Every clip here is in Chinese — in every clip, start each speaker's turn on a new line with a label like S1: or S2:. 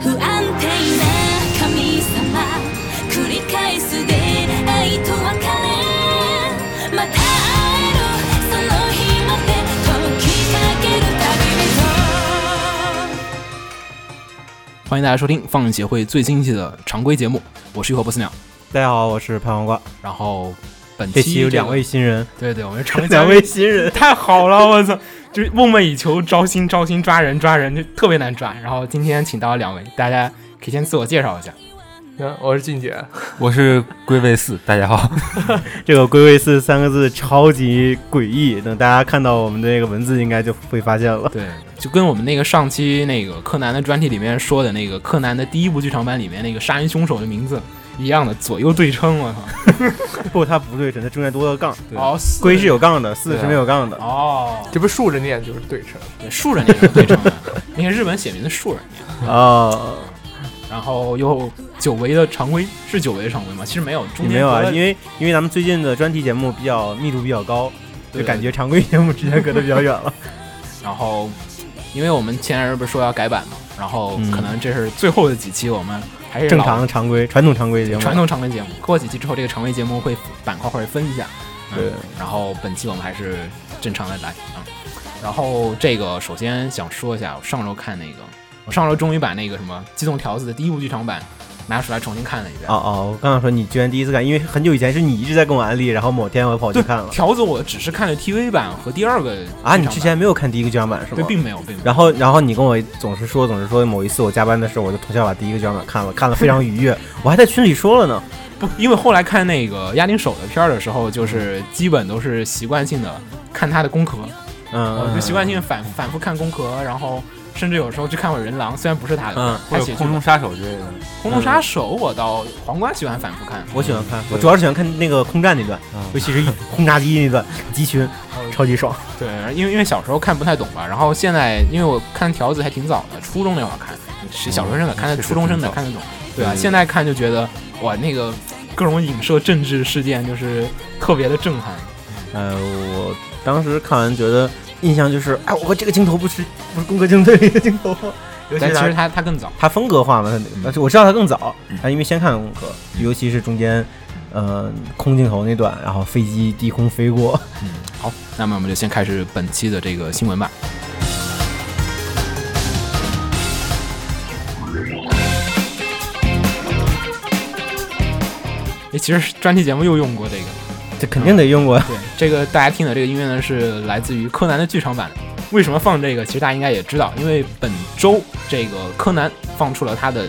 S1: 不安定な神様繰り返す出会いと別れまた会えるその日まで解きかける旅人
S2: 欢迎大家收听放映协会最新一期的常规节目，我是浴火不死鸟。
S3: 大家好，我是潘黄瓜。
S2: 然后本
S3: 这
S2: 期
S3: 期有
S2: 这个
S3: 两位，新人，
S2: 对对，我们常规
S3: 两位新人，
S4: 太好了，我操！就是梦寐以求，招新招新抓人抓人，就特别难抓。然后今天请到了两位，大家可以先自我介绍一下。
S5: 嗯，我是俊杰，
S6: 我是归位四，大家好。
S3: 这个“归位四”三个字超级诡异。等大家看到我们的那个文字，应该就会发 现了。
S2: 对，就跟我们那个上期那个柯南的专题里面说的那个柯南的第一部剧场版里面那个杀人凶手的名字一样的，左右对称，啊我靠！
S3: 不，它不对称，它中间多个杠。
S6: 对
S2: 哦，四
S3: 龟是有杠的，四
S2: 对啊
S3: 是没有杠 的。
S2: 哦，
S5: 这不竖着念就是对称。
S2: 对竖着那个对称的，那个日本写名的竖着那个。
S3: 哦，
S2: 然后又久违的常规是久违的常规吗？其实没有，中间
S3: 没有啊
S2: 隔，了
S3: 因为因为咱们最近的专题节目比较密度比较高，就
S2: 对
S3: 感觉常规节目之间隔得比较 远了。
S2: 然后，因为我们前两日不是说要改版嘛，然后
S3: 嗯
S2: 可能这是最后的几期，我们还是
S3: 正
S2: 老
S3: 常的常规、传统常规节目。
S2: 传统常规节目。过几期之后，这个常规节目会板块会分一下。嗯、
S3: 对。
S2: 然后本期我们还是正常的来啊、嗯。然后这个首先想说一下，我上周看那个，我上周终于把那个什么《机动条子》的第一部剧场版拿出来重新看了一遍。
S3: 哦哦，我刚刚说你居然第一次看，因为很久以前是你一直在跟我安利，然后某天我跑去
S2: 对
S3: 看了，
S2: 条子我只是看了 TV 版和第二个
S3: 啊，你
S2: 剧场
S3: 之
S2: 版
S3: 前没有看第一个剧场版是吗？
S2: 对并没有并没有。
S3: 然后，然后你跟我总是说，总是说，某一次我加班的时候，我就通宵把第一个剧场版看了，看了非常愉 悦，我还在群里说了呢。
S2: 不，因为后来看那个押丁手的片儿的时候，就是基本都是习惯性的看他的宫壳，呃
S3: 嗯，
S2: 哦就习惯性反反复看宫壳，然后甚至有时候去看会人狼，虽然不是他的，
S3: 嗯，
S6: 还
S2: 他
S6: 有
S2: 写
S6: 空中杀手之类的，
S2: 空中杀手，我倒黄瓜喜欢反复看，
S3: 我喜欢看，
S6: 对
S3: 我主要是喜欢看那个空战那段，
S2: 哦
S3: 尤其是轰炸机那段，集群超级
S2: 哦
S3: 爽。
S2: 对，因为因为小时候看不太懂吧，然后现在因为我看条子还挺早的，初中那会儿看，是小学生的看的，
S6: 确实
S2: 初中生的
S6: 挺早
S2: 看得懂，对吧？
S6: 嗯
S2: 现在看就觉得哇，那个各种影射政治事件就是特别的震撼，
S3: 呃，我当时看完觉得印象就是，哎，我这个镜头不是不是《攻壳机动队》里的镜头吗？尤其
S2: 但
S3: 是
S2: 其
S3: 它
S2: 实嗯他他更早。
S3: 它风格化嘛，它但是我知道它更早，它因为先看风格，尤其是中间，呃，空镜头那段，然后飞机低空飞过，
S2: 好，那么我们就先开始本期的这个新闻吧。诶，其实专题节目又用过这个，
S3: 这肯定得用过。
S2: 对，这个大家听的这个音乐呢是来自于柯南的剧场版。为什么放这个？其实大家应该也知道，因为本周这个柯南放出了他的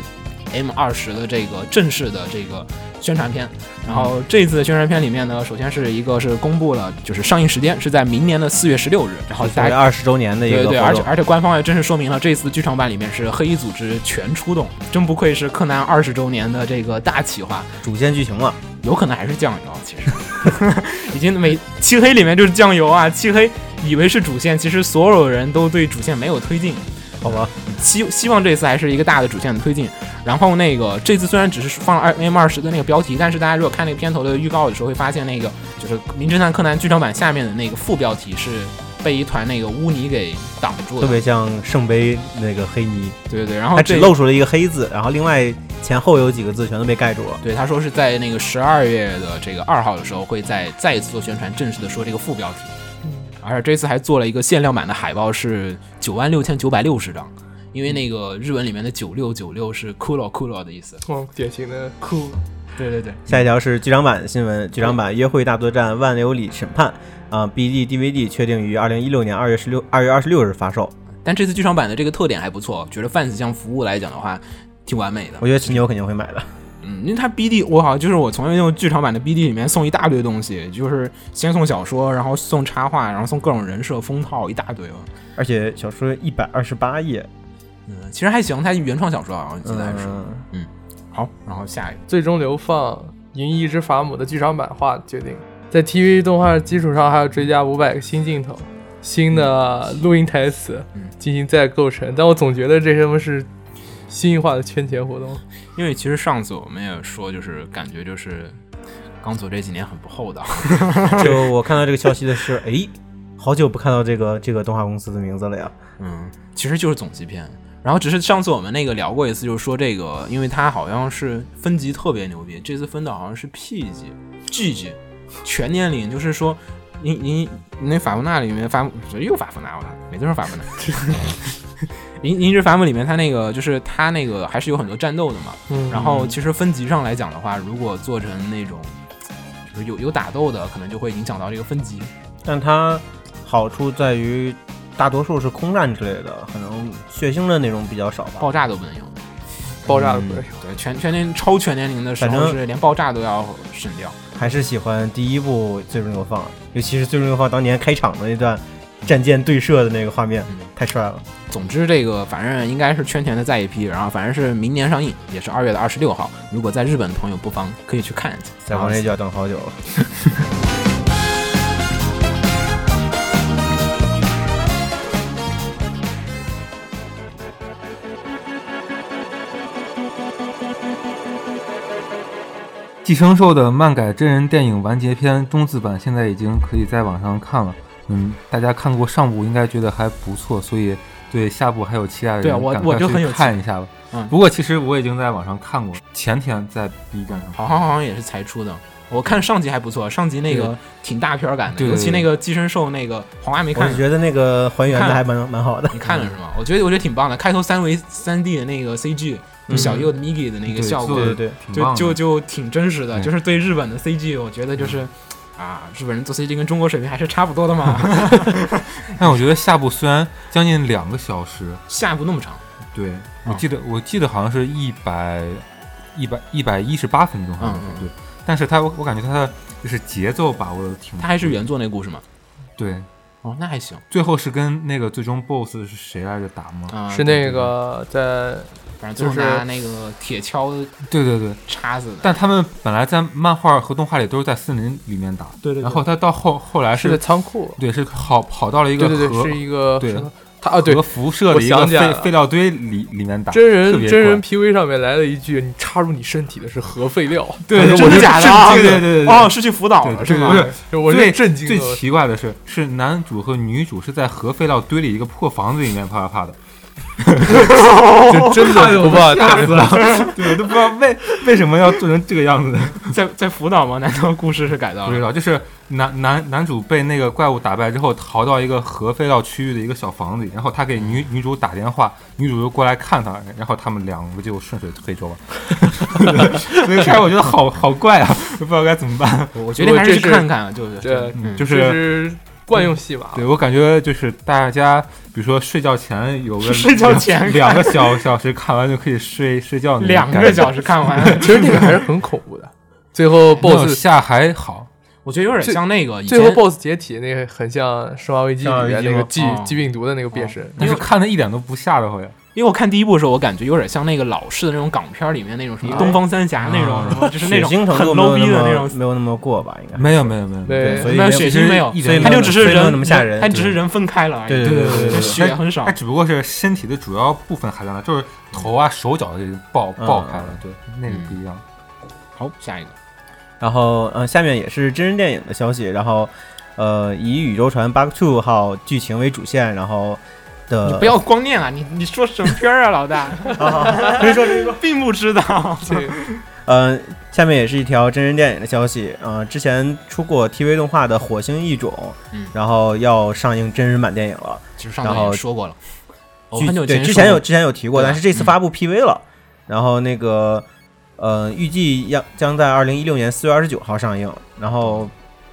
S2: M 二十的这个正式的这个宣传片。然后这一次的宣传片里面呢，首先是一个是公布了，就是上映时间是在明年的四月十六日。然后大
S3: 大
S2: 家
S3: 概二十周年的一
S2: 对
S3: 个
S2: 对
S3: 活
S2: 对，
S3: 动，
S2: 而且而且官方也正式说明了，这次剧场版里面是黑衣组织全出动，真不愧是柯南二十周年的这个大企划，
S3: 主线剧情嘛，
S2: 有可能还是酱油，其实 已经每漆黑里面就是酱油啊，漆黑以为是主线，其实所有人都对主线没有推进，
S3: 好吧？
S2: 希希望这次还是一个大的主线的推进。然后那个这次虽然只是放了二 M 二十的那个标题，但是大家如果看那个片头的预告的时候，会发现那个就是《名侦探柯南》剧场版下面的那个副标题是被一团那个污泥给挡住
S3: 特
S2: 的，
S3: 别像圣杯那个黑泥，
S2: 对哦对对。然后
S3: 它只
S2: 这
S3: 露出了一个黑字，然后另外前后有几个字全都被盖住了。
S2: 对，他说是在那个十二月的这个二号的时候，会再再一次做宣传，正式的说这个副标题。而且这次还做了一个限量版的海报，是九万六千九百六十张，因为那个日文里面的九六九六是 “cool cool” 的意思。
S5: 哦，典型的酷。
S2: 对对对，
S3: 下一条是剧场版新闻，剧场版《约会大作战：万有里审判》啊，BD DVD 确定于二零一六年二月十六二月二十六日发售。
S2: 但这次剧场版的这个特点还不错，觉得 fans 向服务来讲的话，挺完美的
S3: 我。觉得秦牛肯定会买的。
S2: 嗯，因为它 BD，我好像就是我从来用剧场版的 BD 里面送一大堆东西，就是先送小说，然后送插画，然后送各种人设封套一大堆嘛。
S3: 而且小说一百二十八页，
S2: 嗯，其实还行，它原创小说好像现在是。
S3: 嗯，
S2: 好，然后下一个。
S5: 最终流放《银翼之法姆》的剧场版化决定，在 TV 动画基础上还要追加五百个新镜头、新的录音台词
S2: 嗯
S5: 进行再构成，但我总觉得这他妈是新化的圈钱活动。
S2: 因为其实上次我们也说，就是感觉就是刚佐这几年很不厚道，
S3: 就我看到这个消息的是，哎，好久不看到这个这个动画公司的名字了呀。
S2: 嗯，其实就是总集篇。然后只是上次我们那个聊过一次，就是说这个，因为它好像是分级特别牛逼，这次分的好像是 P 级、G 级，全年龄，就是说。你你你那法夫纳里面法又法夫纳，我操，每次都是法夫纳。 银银之法 姆里面，它那个就是它那个还是有很多战斗 的嘛，
S5: 嗯，
S2: 然后其实分级上来讲的话，如果做成那种就是有有打斗的，可能就会影响到这个分级。
S3: 但它好处在于，大多数是空战之类的，可能血腥的内容比较少吧。
S2: 爆炸都不能用。
S5: 爆炸的
S2: 嗯
S5: 不对，
S2: 对，全全年超全年龄的时
S3: 反
S2: 候
S3: 正
S2: 是连爆炸都要省掉。
S3: 还是喜欢第一部《最终流放》，尤其是《最终流放》当年开场的那段战舰对射的那个画面
S2: 嗯，
S3: 太帅了。
S2: 总之，这个反正应该是圈钱的再一批，然后反正是明年上映，也是二月的二十六号。如果在日本的朋友，不妨可以去看一下。
S3: 在国内就要等好久了。
S6: 寄生兽的漫改真人电影完结篇中字版现在已经可以在网上看了。嗯，大家看过上部应该觉得还不错，所以对下部还有期待的人，
S2: 对啊我
S6: 赶
S2: 我
S6: 快
S2: 就很有
S6: 去
S2: 期
S6: 看一下吧。
S2: 嗯
S6: 不过其实我已经在网上看过，前天在 B 站上看。
S2: 好像好像也是才出的。我看上集还不错，上集那个
S6: 对
S2: 挺大片儿感的，
S6: 对对
S2: 尤其
S6: 对
S2: 那个寄生兽那个黄瓜没
S3: 我
S2: 看
S3: 是。觉得那个还原的还蛮蛮好的。
S2: 你看了是吗？我觉得我觉得挺棒的，开头三维三 D 的那个 CG，就小右的 Migi 的那个
S6: 嗯对
S2: 效
S6: 做
S2: 果
S3: 对
S6: 得，
S3: 对对
S6: 挺
S2: 就
S6: 棒的
S2: 就就挺真实的，
S6: 嗯
S2: 就是对日本的 CG，我觉得就是。啊，日本人做 CG 跟中国水平还是差不多的 嘛，
S6: 但我觉得下部虽然将近两个小时，
S2: 下一步那么长，
S6: 对我
S2: 嗯
S6: 记得、我记得好像是一百一百一百一十八分钟，好像是、
S2: 嗯嗯
S6: 对。但是它我我感觉它的就是节奏把握的挺，
S2: 它还是原作那故事嘛，
S6: 对。
S2: 哦，那还行
S6: 最后是跟那个最终 BOSS 是谁来着打吗？
S2: 啊，
S5: 是那个在
S2: 反正最后
S5: 就是
S2: 拿那个铁锹
S6: 对对对，
S2: 插死的，
S6: 但他们本来在漫画和动画里都是在森林里面打，
S2: 对对
S6: 然后他到后后来
S5: 是在
S6: 是
S5: 仓库，
S6: 对是跑跑到了一个
S5: 对对对，
S6: 核
S5: 是一个
S6: 对
S5: 什么他啊对
S6: 核。辐射的一
S5: 我想
S6: 个
S5: 起来
S6: 废
S5: 了
S6: 废料堆里里面打，
S5: 真
S6: 特别
S5: 人真人
S6: 快
S5: PV 上面来了一句：“你插入你身体的是核废料。
S6: 对
S2: 真的假的啊？
S6: 对对对对对
S2: 哦，是去福岛了
S6: 对
S2: 是
S6: 对
S2: 吗？
S6: 对，”
S5: 我
S6: 最
S5: 是震惊
S6: 最
S5: 了，
S6: 奇怪的是，是男主和女主是在核废料堆里一个破房子里面啪啪啪的，
S5: 就真的不怕
S6: 吓死了。 对，我都不知道为为什么要做成这个样子的，
S2: 在在福岛吗？难道故事是改造
S6: 不知
S2: 的？
S6: 道。就是男男男主被那个怪物打败之后，逃到一个核废料区域的一个小房子里，然后他给女女主打电话，女主就过来看他，然后他们两个就顺水推舟了。所以开始我觉得好好怪啊，不知道该怎么办。
S2: 我觉得还
S5: 这
S2: 是去
S5: 是
S2: 看看，就是
S5: 对，
S6: 嗯，
S5: 这
S6: 就是
S5: 惯用戏法。啊
S6: 对我感觉就是大家，比如说睡觉前有个
S2: 睡觉前
S6: 两两个小小时看完就可以睡睡觉那种
S2: 两
S6: 感觉，
S2: 个小时看 完，
S5: 其实那个还是很恐怖的。最后
S6: 没有
S5: BOSS
S6: 下还好，
S2: 我觉得有点
S5: 最
S2: 像那个以前
S5: 最后 BOSS 解体那个很像《生化危机》里面那个寄
S2: 生化危机吗哦
S5: 寄病毒的那个变身，
S6: 但是看的一点都不吓的好像。
S2: 因为我看第一部的时候，我感觉有点像那个老式的那种港片儿里面那种什么
S5: 啊
S2: 东方三侠那种
S6: 啊
S2: 什么，就是那
S3: 血
S2: 种
S3: 腥程
S2: 很
S3: 度没
S2: low
S3: 有
S2: 逼的那
S3: 那
S2: 种
S3: 么，没有那么过吧？应该
S6: 没有没有没有，
S5: 对
S3: 所以
S2: 没有
S3: 没有
S2: 血
S6: 其
S2: 腥
S6: 实
S2: 没有
S6: 一，
S3: 点
S2: 他
S3: 都
S2: 就
S3: 没
S2: 只
S3: 有
S2: 是
S3: 没有
S2: 人
S3: 那么吓人
S2: 他只是人分开了而已，
S3: 对对对对对哎
S2: 就
S3: 对
S2: 血很少
S6: 它。哎只不过是身体的主要部分还在那，就是头啊手脚给爆
S3: 嗯
S6: 爆开了，对，那个不一
S4: 嗯
S6: 样。
S2: 好，下一个，
S3: 然后，嗯、下面也是真人电影的消息。然后，呃，以宇宙船 Bug Two 号剧情为主线，然后的
S2: 你不 要光念啊，你你说什么片儿啊，老大？
S3: 可以说这个。
S2: 并不知道。
S5: 对，
S3: 嗯、下面也是一条真人电影的消息。嗯、之前出过 TV 动画的《火星异种》，
S2: 嗯
S3: 然后要上映真人版电影了。
S2: 其实上
S3: 然
S2: 次
S3: 后
S2: 也说过了，我
S3: 据
S2: 哦很久
S3: 对
S2: 说
S3: 之前有
S2: 过
S3: 之前有提过，
S2: 对吧啊嗯
S3: 但是这次发布 PV 了。然后那个，呃，预计要将在二零一六年四月二十九号上映。然后，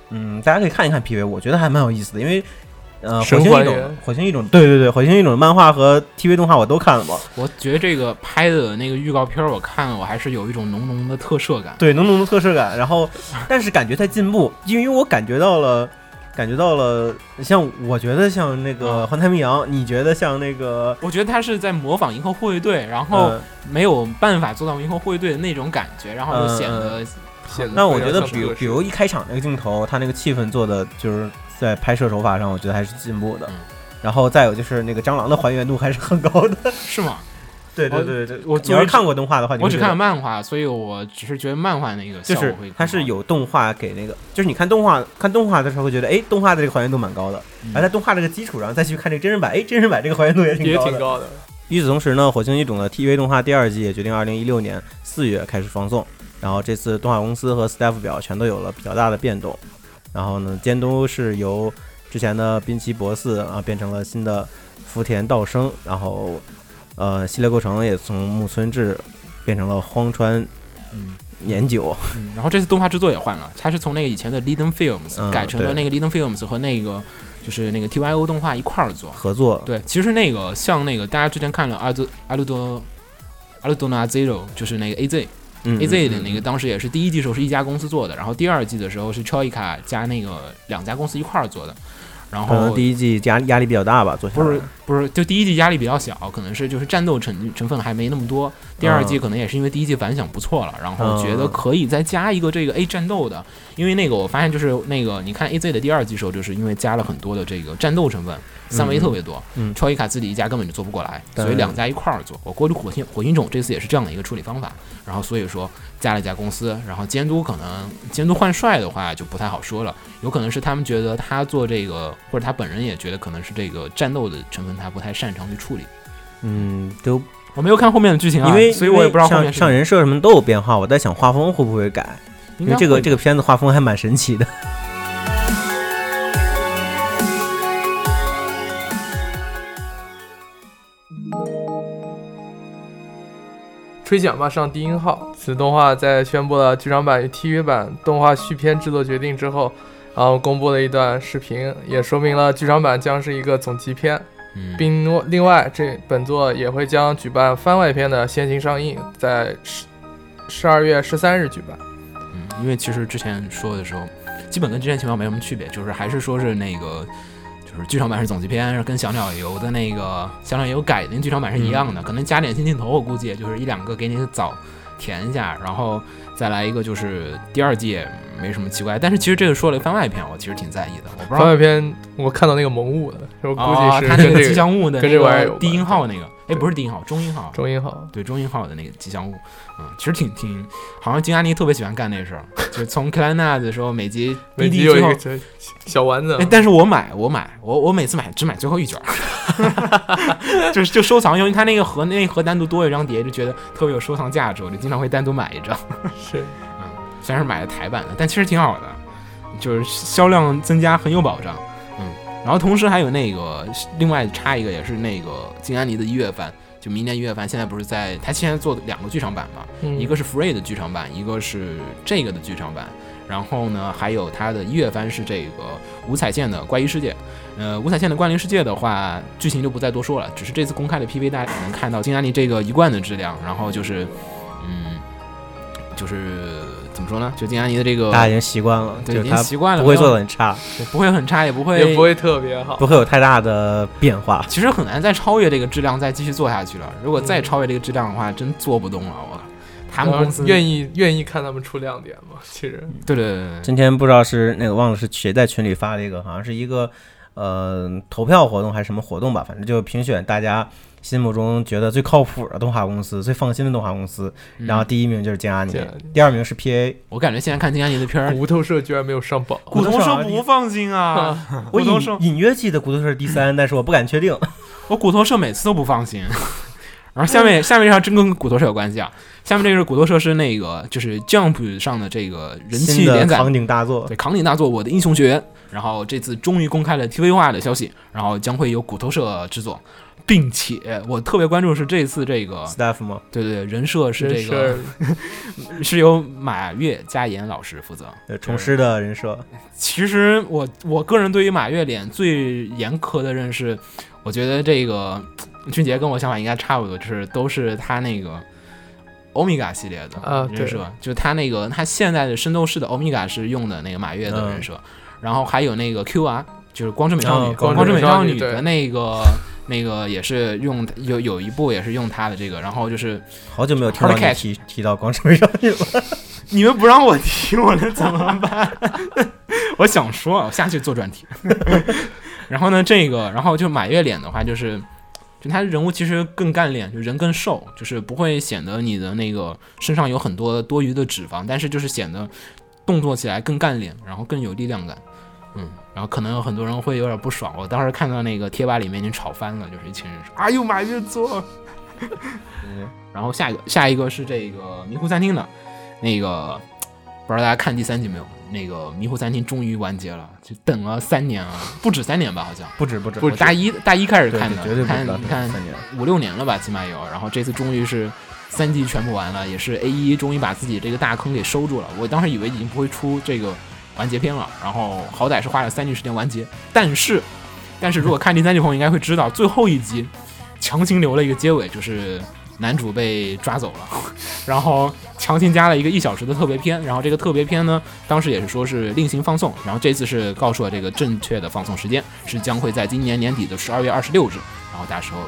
S3: 嗯，大家可以看一看 PV，我觉得还蛮有意思的，因为。呃，火
S5: 神
S3: 星
S5: 还
S3: 异种
S5: 原，
S3: 火星异种，对对对，火星异种漫画和 TV 动画我都看了嘛。
S2: 我觉得这个拍的那个预告片儿，我看了，我还是有一种浓浓的特摄感。
S3: 对，浓浓的特摄感。然后，但是感觉在进步，因为我感觉到了，感觉到了，像我觉得像那
S2: 嗯
S3: 个《环太平洋》，你觉得像那个？
S2: 我觉得他是在模仿《银河护卫队》，然后
S3: 呃
S2: 没有办法做到《银河护卫队》的那种感觉，然后就显得
S5: 显得
S3: 嗯那我
S5: 非
S3: 觉
S5: 常
S3: 得，
S5: 像
S3: 比
S5: 这
S3: 如
S5: 个
S3: 比
S5: 是
S3: 如一开场那个镜头，它那个气氛做的就是在拍摄手法上，我觉得还是进步的
S2: 嗯。
S3: 然后再有就是那个蟑螂的还原度还是很高的。
S2: 是吗？
S3: 对
S2: 对
S3: 对 对
S2: 我
S3: 你
S2: 作
S3: 要
S2: 为
S3: 是看过动画的啊话，你
S2: 我
S3: 会
S2: 只
S3: 觉得
S2: 看了漫画，所以我只是觉得漫画那个效
S3: 就
S2: 果
S3: 是
S2: 会更好
S3: 它是有动画给那个，就是你看动画看动画的时候会觉得，哎，动画的这个还原度蛮高的。
S2: 嗯
S3: 然后在动画这个基础上再去看这个真人版，哎，真人版这个还原度也挺
S5: 也
S3: 高
S5: 挺
S3: 的。
S5: 高的，
S3: 与此同时呢，《火星异种》的 TV 动画第二季也决定二零一六年四月开始放送。然后这次动画公司和 staff 表全都有了比较大的变动。然后呢，监督是由之前的滨崎博士啊变成了新的福田道生，然后呃系列构成也从木村志变成了荒川
S2: 嗯
S3: 研久。
S2: 嗯，然后这次动画制作也换了，它是从那个以前的 Liden Films、
S3: 嗯
S2: 改成了
S3: 对
S2: 那个 Liden Films 和那个就是那个 TYO 动画一块儿做。
S3: 合作，
S2: 对，其实那个像那个大家之前看了阿兹阿鲁多阿鲁多纳 Zero，就是那个 AZ
S3: 嗯
S2: AZ 的那个，当时也是第一季时候是一家公司做的，然后第二季的时候是 Choica 加那个两家公司一块儿做的，然
S3: 可能
S2: 后。
S3: 第一季压压力比较大吧，做下来
S2: 不是不是，就第一季压力比较小，可能是就是战斗成成分还没那么多。第二季
S3: 嗯
S2: 可能也是因为第一季反响不错了，然后觉得
S3: 嗯
S2: 可以再加一个这个 A 战斗的，因为那个我发现就是那个你看 AZ 的第二季时候，就是因为加了很多的这个战斗成分，三维特别多，
S3: 嗯
S2: 超一卡自己一家根本就做不过来，
S3: 对
S2: 所以两家一块儿做。我估计火星火星种这次也是这样的一个处理方法，然后所以说加了一家公司，然后监督可能监督换帅的话就不太好说了，有可能是他们觉得他做这个，或者他本人也觉得可能是这个战斗的成分他不太擅长去处理。
S3: 嗯，都
S2: 我没有看后面的剧情啊，
S3: 因为
S2: 所以我也不知道后
S3: 像
S2: 面是
S3: 像人设什么都有变化，我在想画风会不会改，因为这个这
S2: 个
S3: 个片子画风还蛮神奇的。
S5: 吹响吧，上低音号。此动画在宣布了剧场版与 TV 版动画续篇制作决定之后，然后公布了一段视频，也说明了剧场版将是一个总集篇，
S2: 嗯
S5: 并诺另外这本作也会将举办番外篇的先行上映，在十十二月十三日举办。
S2: 嗯，因为其实之前说的时候，基本跟之前情况没什么区别，就是还是说是那个，就是剧场版是总集篇，跟小鸟游的那个小鸟游改的那剧场版是一样
S5: 嗯
S2: 的，可能加点新镜头，我估计也就是一两个给你早填一下，然后再来一个就是第二季也没什么奇怪，但是其实这个说了番外篇，我其实挺在意的，我不知
S5: 番
S2: 道
S5: 外篇我看到那个萌物了，我呃估
S2: 哦
S5: 计是
S2: 他那
S5: 跟
S2: 个吉
S5: 这个
S2: 祥物的
S5: 跟
S2: 那
S5: 这玩意儿有
S2: 个
S5: 关
S2: 低音号那个，哎
S5: 对
S2: 不是低音号，中音号，
S5: 中音号。
S2: 对中音号的那个吉祥物，嗯，其实挺挺，好像金阿妮特别喜欢干那事儿， 就是从克莱纳的时候，每集
S5: 每
S2: DD
S5: 集有一
S2: 最后
S5: 个，小小丸子
S2: 哎，，但是我买我买我我每次买只买最后一卷儿， 就是就收藏用，因为它那个盒那盒单独多一张碟，就觉得特别有收藏价值，我就经常会单独买一张，
S5: 是
S2: 虽然是买的台版的，但其实挺好的，就是销量增加很有保障，嗯，然后同时还有那个另外插一个也是那个金安妮的一月番。就明年一月番，现在不是在他现在做两个剧场版嘛，
S5: 嗯
S2: 一个是 Free 的剧场版，一个是这个的剧场版。然后呢，还有它的一月番是这个五彩线的《怪异世界》。呃，五彩线的《怪灵世界》的话，剧情就不再多说了，只是这次公开的 PV 大家能看到金安妮这个一贯的质量，然后就是，嗯，就是怎么说呢？就金安妮的这个
S3: 大，家已经习惯了，
S2: 对，
S3: 就
S2: 已
S3: 是
S2: 经
S3: 他
S2: 习惯了，
S3: 不会
S2: 没有
S3: 做的很差，
S2: 对不会很差，也不会
S5: 也不会特别好
S3: 不。会有太大的变化。
S2: 其实很难再超越这个质量再继续做下去了。如果再
S5: 嗯
S2: 超越这个质量的话，真做不动了。我，他
S5: 然
S2: 们
S5: 后
S2: 公司
S5: 愿意愿意看他们出亮点嘛？其实
S2: 对对对对对，
S3: 今天不知道是那个忘了是谁在群里发了一个，好像是一个呃投票活动还是什么活动吧，反正就评选大家心目中觉得最靠谱的动画公司、最放心的动画公司，
S2: 嗯
S3: 然后第一名就是金阿尼
S5: 这样，
S3: 第二名是 PA，
S2: 我感觉现在看金安妮的片儿，
S5: 骨头社居然没有上榜，
S3: 骨头社不
S4: 放心 啊，
S3: 我
S4: 骨头社
S3: 隐隐约记得骨头社是第三，但是我不敢确 定。
S2: 我骨头社每次都不放心。 然后下 面下面这条真跟骨头社有关系啊，下面这个是骨头社是那个就是 Jump 上的这个人气
S3: 新的
S2: 连载，
S3: 扛鼎大作，
S2: 对扛鼎大作《我的英雄学院》，然后这次终于公开了 TV 化的消息，然后将会由骨头社制作，并且我特别关注是这次这个
S3: staff 吗？
S2: 对对对人设是这个
S5: 是
S2: 是由马月加妍老师负责，
S3: 对，重师的人设，
S2: 其实我我个人对于马月脸最严苛的认识，我觉得这个俊杰跟我想法应该差不多，就是都是他那个欧米伽系列
S5: 啊
S2: 的
S5: 对
S2: 人设，就他那个他现在的圣斗士的欧米伽是用的那个马月的人设，
S5: 嗯
S2: 然后还有那个 QR 就是光之美少女，
S3: 嗯光之
S2: 光之
S5: 啊
S2: 美
S5: 美少
S2: 少
S5: 女
S2: 女的
S5: 对
S2: 那个那个也是用有有一部也是用他的这个，然后就是
S3: 好久没有听
S2: Hard
S3: 到你
S2: catch
S3: 提提到光之美少女了。
S2: 你们不让我提，我能怎么办？ 我想说，我下去做专题。 然后呢，这个，然后就满月脸的话，就是就他人物其实更干练，就人更瘦，就是不会显得你的那个身上有很多多余的脂肪，但是就是显得动作起来更干练，然后更有力量感。嗯，然后可能有很多人会有点不爽，我当时看到那个贴吧里面已经吵翻了，就是一群人说啊又买越做，然后下一个下一个是这个迷糊餐厅的，那个不知道大家看第三集没有？那个迷糊餐厅终于完结了，就等了三年啊， 不止三年吧，好像。
S3: 不止不止，
S2: 我大一大一开始
S3: 对
S2: 看
S3: 对，
S2: 的，
S3: 绝对不
S2: 看
S3: 止了
S2: 看
S3: 三年。
S2: 五六年了吧，起码有。然后这次终于是三季全部完了，也是 A 一终于把自己这个大坑给收住了。我当时以为已经不会出这个完结篇了，然后好歹是花了三季时间完结。但是，但是如果看第三季朋友应该会知道，最后一集强行留了一个结尾，就是男主被抓走了， 然后强行加了一个一小时的特别篇。然后这个特别篇呢，当时也是说是另行放送，然后这次是告诉了这个正确的放送时间是将会在今年年底的十二月二十六日。然后到时候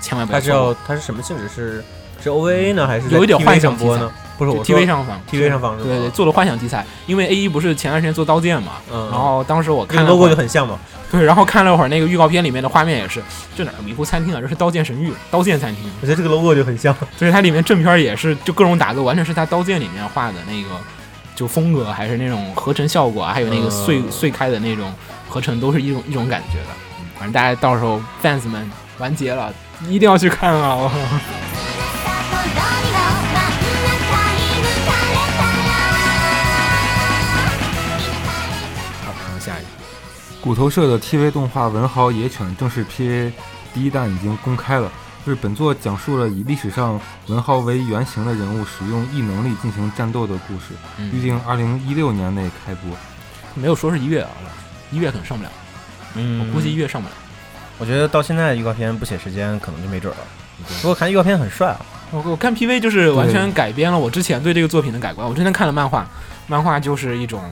S2: 千万不要
S3: 它是
S2: 错过。
S3: 要它是什么性质？是是 OVA 呢，还是
S2: 有一点
S3: 在 TV
S2: 幻想
S3: 上播呢？不是
S2: 就
S3: 我说
S2: TV 上放
S3: TV 上放是
S2: 对
S3: 吗？
S2: 对，做了幻想题材，因为 A 一不是前段时间做刀剑嘛，
S3: 嗯
S2: 然后当时我
S3: 这
S2: 看
S3: 个
S2: 了
S3: logo
S2: 会
S3: 就很像嘛。
S2: 对，然后看了会儿那个预告片里面的画面也是，这哪儿迷糊餐厅啊，这是刀剑神域，刀剑餐厅，
S3: 我觉得这个 logo 就很像。
S2: 所以它里面正片儿也是就各种打斗，完全是它刀剑里面画的那个就风格，还是那种合成效果啊，还有那个碎、
S3: 嗯
S2: 碎开的那种合成，都是一种一种感觉的。嗯反正大家到时候 fans 们完结了，一定要去看啊！我
S1: 「心の真ん中に抜かれたら」「
S2: 好，然后下一个。
S6: 骨头社的 TV 动画《文豪野犬》正式 PA 第一弹已经公开了。就是本作讲述了以历史上文豪为原型的人物使用异能力进行战斗的故事，
S2: 嗯
S6: 预定二零一六年内开播。
S2: 没有说是一月啊，一月可能上不了，
S3: 嗯
S2: 我估计一月上不了。
S3: 我觉得到现在预告片不写时间，可能就没准儿了。不过看预告片很帅啊，
S2: 我我看 PV 就是完全改编了我之前对这个作品的改观。我之前看了漫画，漫画就是一种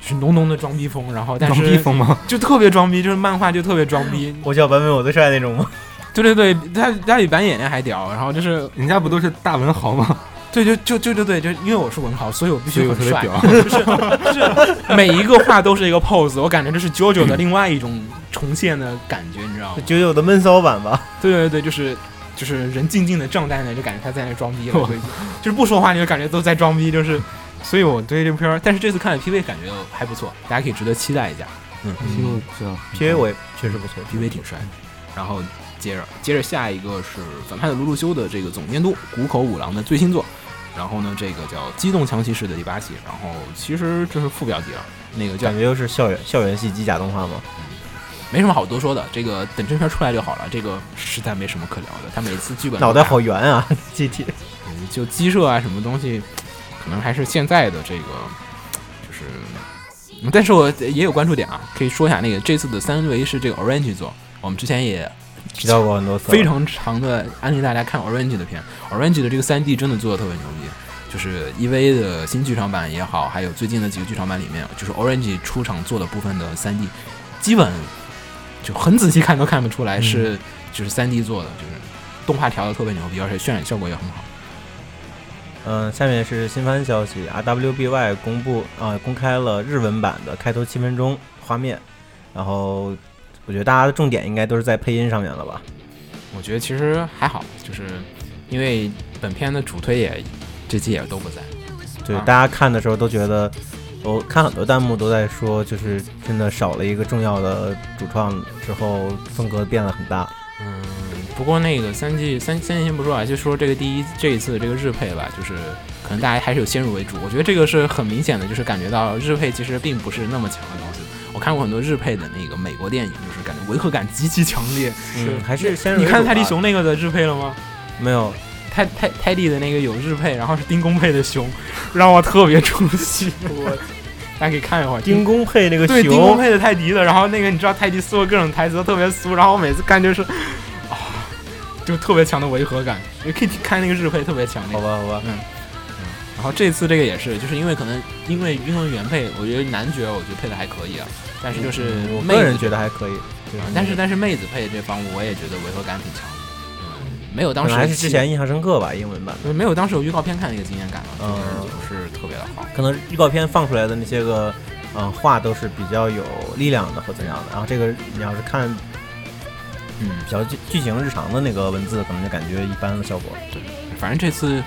S2: 就是浓浓的装逼风，然后但
S6: 装逼
S2: 是
S6: 风吗？
S2: 就特别装逼，就是漫画就特别装逼。
S3: 我叫版本我最帅那种 吗？
S2: 对对对，他他比板眼睛还屌，然后就是
S6: 人家不都是大文豪吗？
S2: 对就就就就对，就因为我是文豪，所以我必
S6: 所以
S2: 须
S6: 我
S2: 很
S6: 特别
S2: 帅，就
S6: 屌。
S2: 是每一个画都是一个 pose，我感觉这是 JoJo 的另外一种重现的感觉，你知道吗？
S3: 九九的闷骚版吧。
S2: 对对对，就是就是人静静的站在那，就感觉他在那装逼了，对就是不说话，你就感觉都在装逼，就是。所以我对这部片儿，但是这次看了 PV 感觉还不错，大家可以值得期待一下。
S6: 嗯是啊，
S3: PV 我也确实不错
S2: PV 挺帅的。然后接着接着下一个是反派的卢路修的这个总监督谷口五郎的最新作，然后呢这个叫《机动强骑士》的第八期，然后其实这是副标题了，那个叫
S3: 感觉又是校园校园系机甲动画嘛。
S2: 没什么好多说的，这个等正片出来就好了，这个实在没什么可聊的。他每次剧本都
S3: 脑袋
S2: 改
S3: 好圆啊， 这体
S2: 嗯就鸡舍啊什么东西，可能还是现在的这个就是，嗯但是我也有关注点啊，可以说一下那个这次的三维是这个 Orange 做，我们之前也
S3: 提到过很多次了，
S2: 非常长的安利大家看 Orange 的片，Orange 的这个三 D 真的做的特别牛逼。就是 EVA 的新剧场版也好，还有最近的几个剧场版里面，就是 Orange 出场做的部分的三 D，基本就很仔细看都看不出来是、就是三 D 做的，就是动画调的特别牛逼，而且渲染效果也很好。
S3: 嗯，下面是新番消息，RWBY 公布啊、公开了日文版的开头七分钟画面，然后我觉得大家的重点应该都是在配音上面了吧？
S2: 我觉得其实还好，就是因为本片的主推也这期也都不在，
S3: 对，
S2: 啊
S3: 大家看的时候都觉得，我看很多弹幕都在说，就是真的少了一个重要的主创之后，风格变了很大。
S2: 嗯，不过那个三季三三季先不说啊，就说这个第一这一次的这个日配吧，就是可能大家还是有先入为主，我觉得这个是很明显的，就是感觉到日配其实并不是那么强的东西。我看过很多日配的那个美国电影，就是感觉违和感极其强烈。
S3: 嗯，还是先
S2: 你看泰
S3: 泰
S2: 迪
S3: 迪
S2: 熊那个的日配了吗？
S3: 没有？
S2: 泰泰泰迪的那个有日配，然后是丁公配的熊， 让我特别出 戏。我大家可以看一会儿，
S3: 丁公配那个
S2: 对，丁公
S3: 熊，
S2: 配的泰迪的，然后那个你知道泰迪说的各种台词都特别俗，然后我每次看就是，啊，就特别强的违和感。也可以看那个日配特别强烈
S3: 好。吧好吧，
S2: 然后这次这个也是，就是因为可能因为因为原配，我觉得男角我觉得配的还可以啊，但是就是
S3: 嗯我
S2: 妹
S3: 个人
S2: 子
S3: 觉得还嗯可以，
S2: 对吧但是但是妹子配这方我也觉得违和感挺强的，嗯，没有
S3: 可
S2: 当时
S3: 能还是之
S2: 气
S3: 前印象深刻吧，英文版的。
S2: 没有当时有预告片看那个惊艳感了，就
S3: 嗯
S2: 是不是特别的好。
S3: 可能预告片放出来的那些个，嗯、话都是比较有力量的或怎样的。然后这个你要是看
S2: 嗯，
S3: 比较剧剧情日常的那个文字，可能就感觉一般的效果。
S2: 反正这次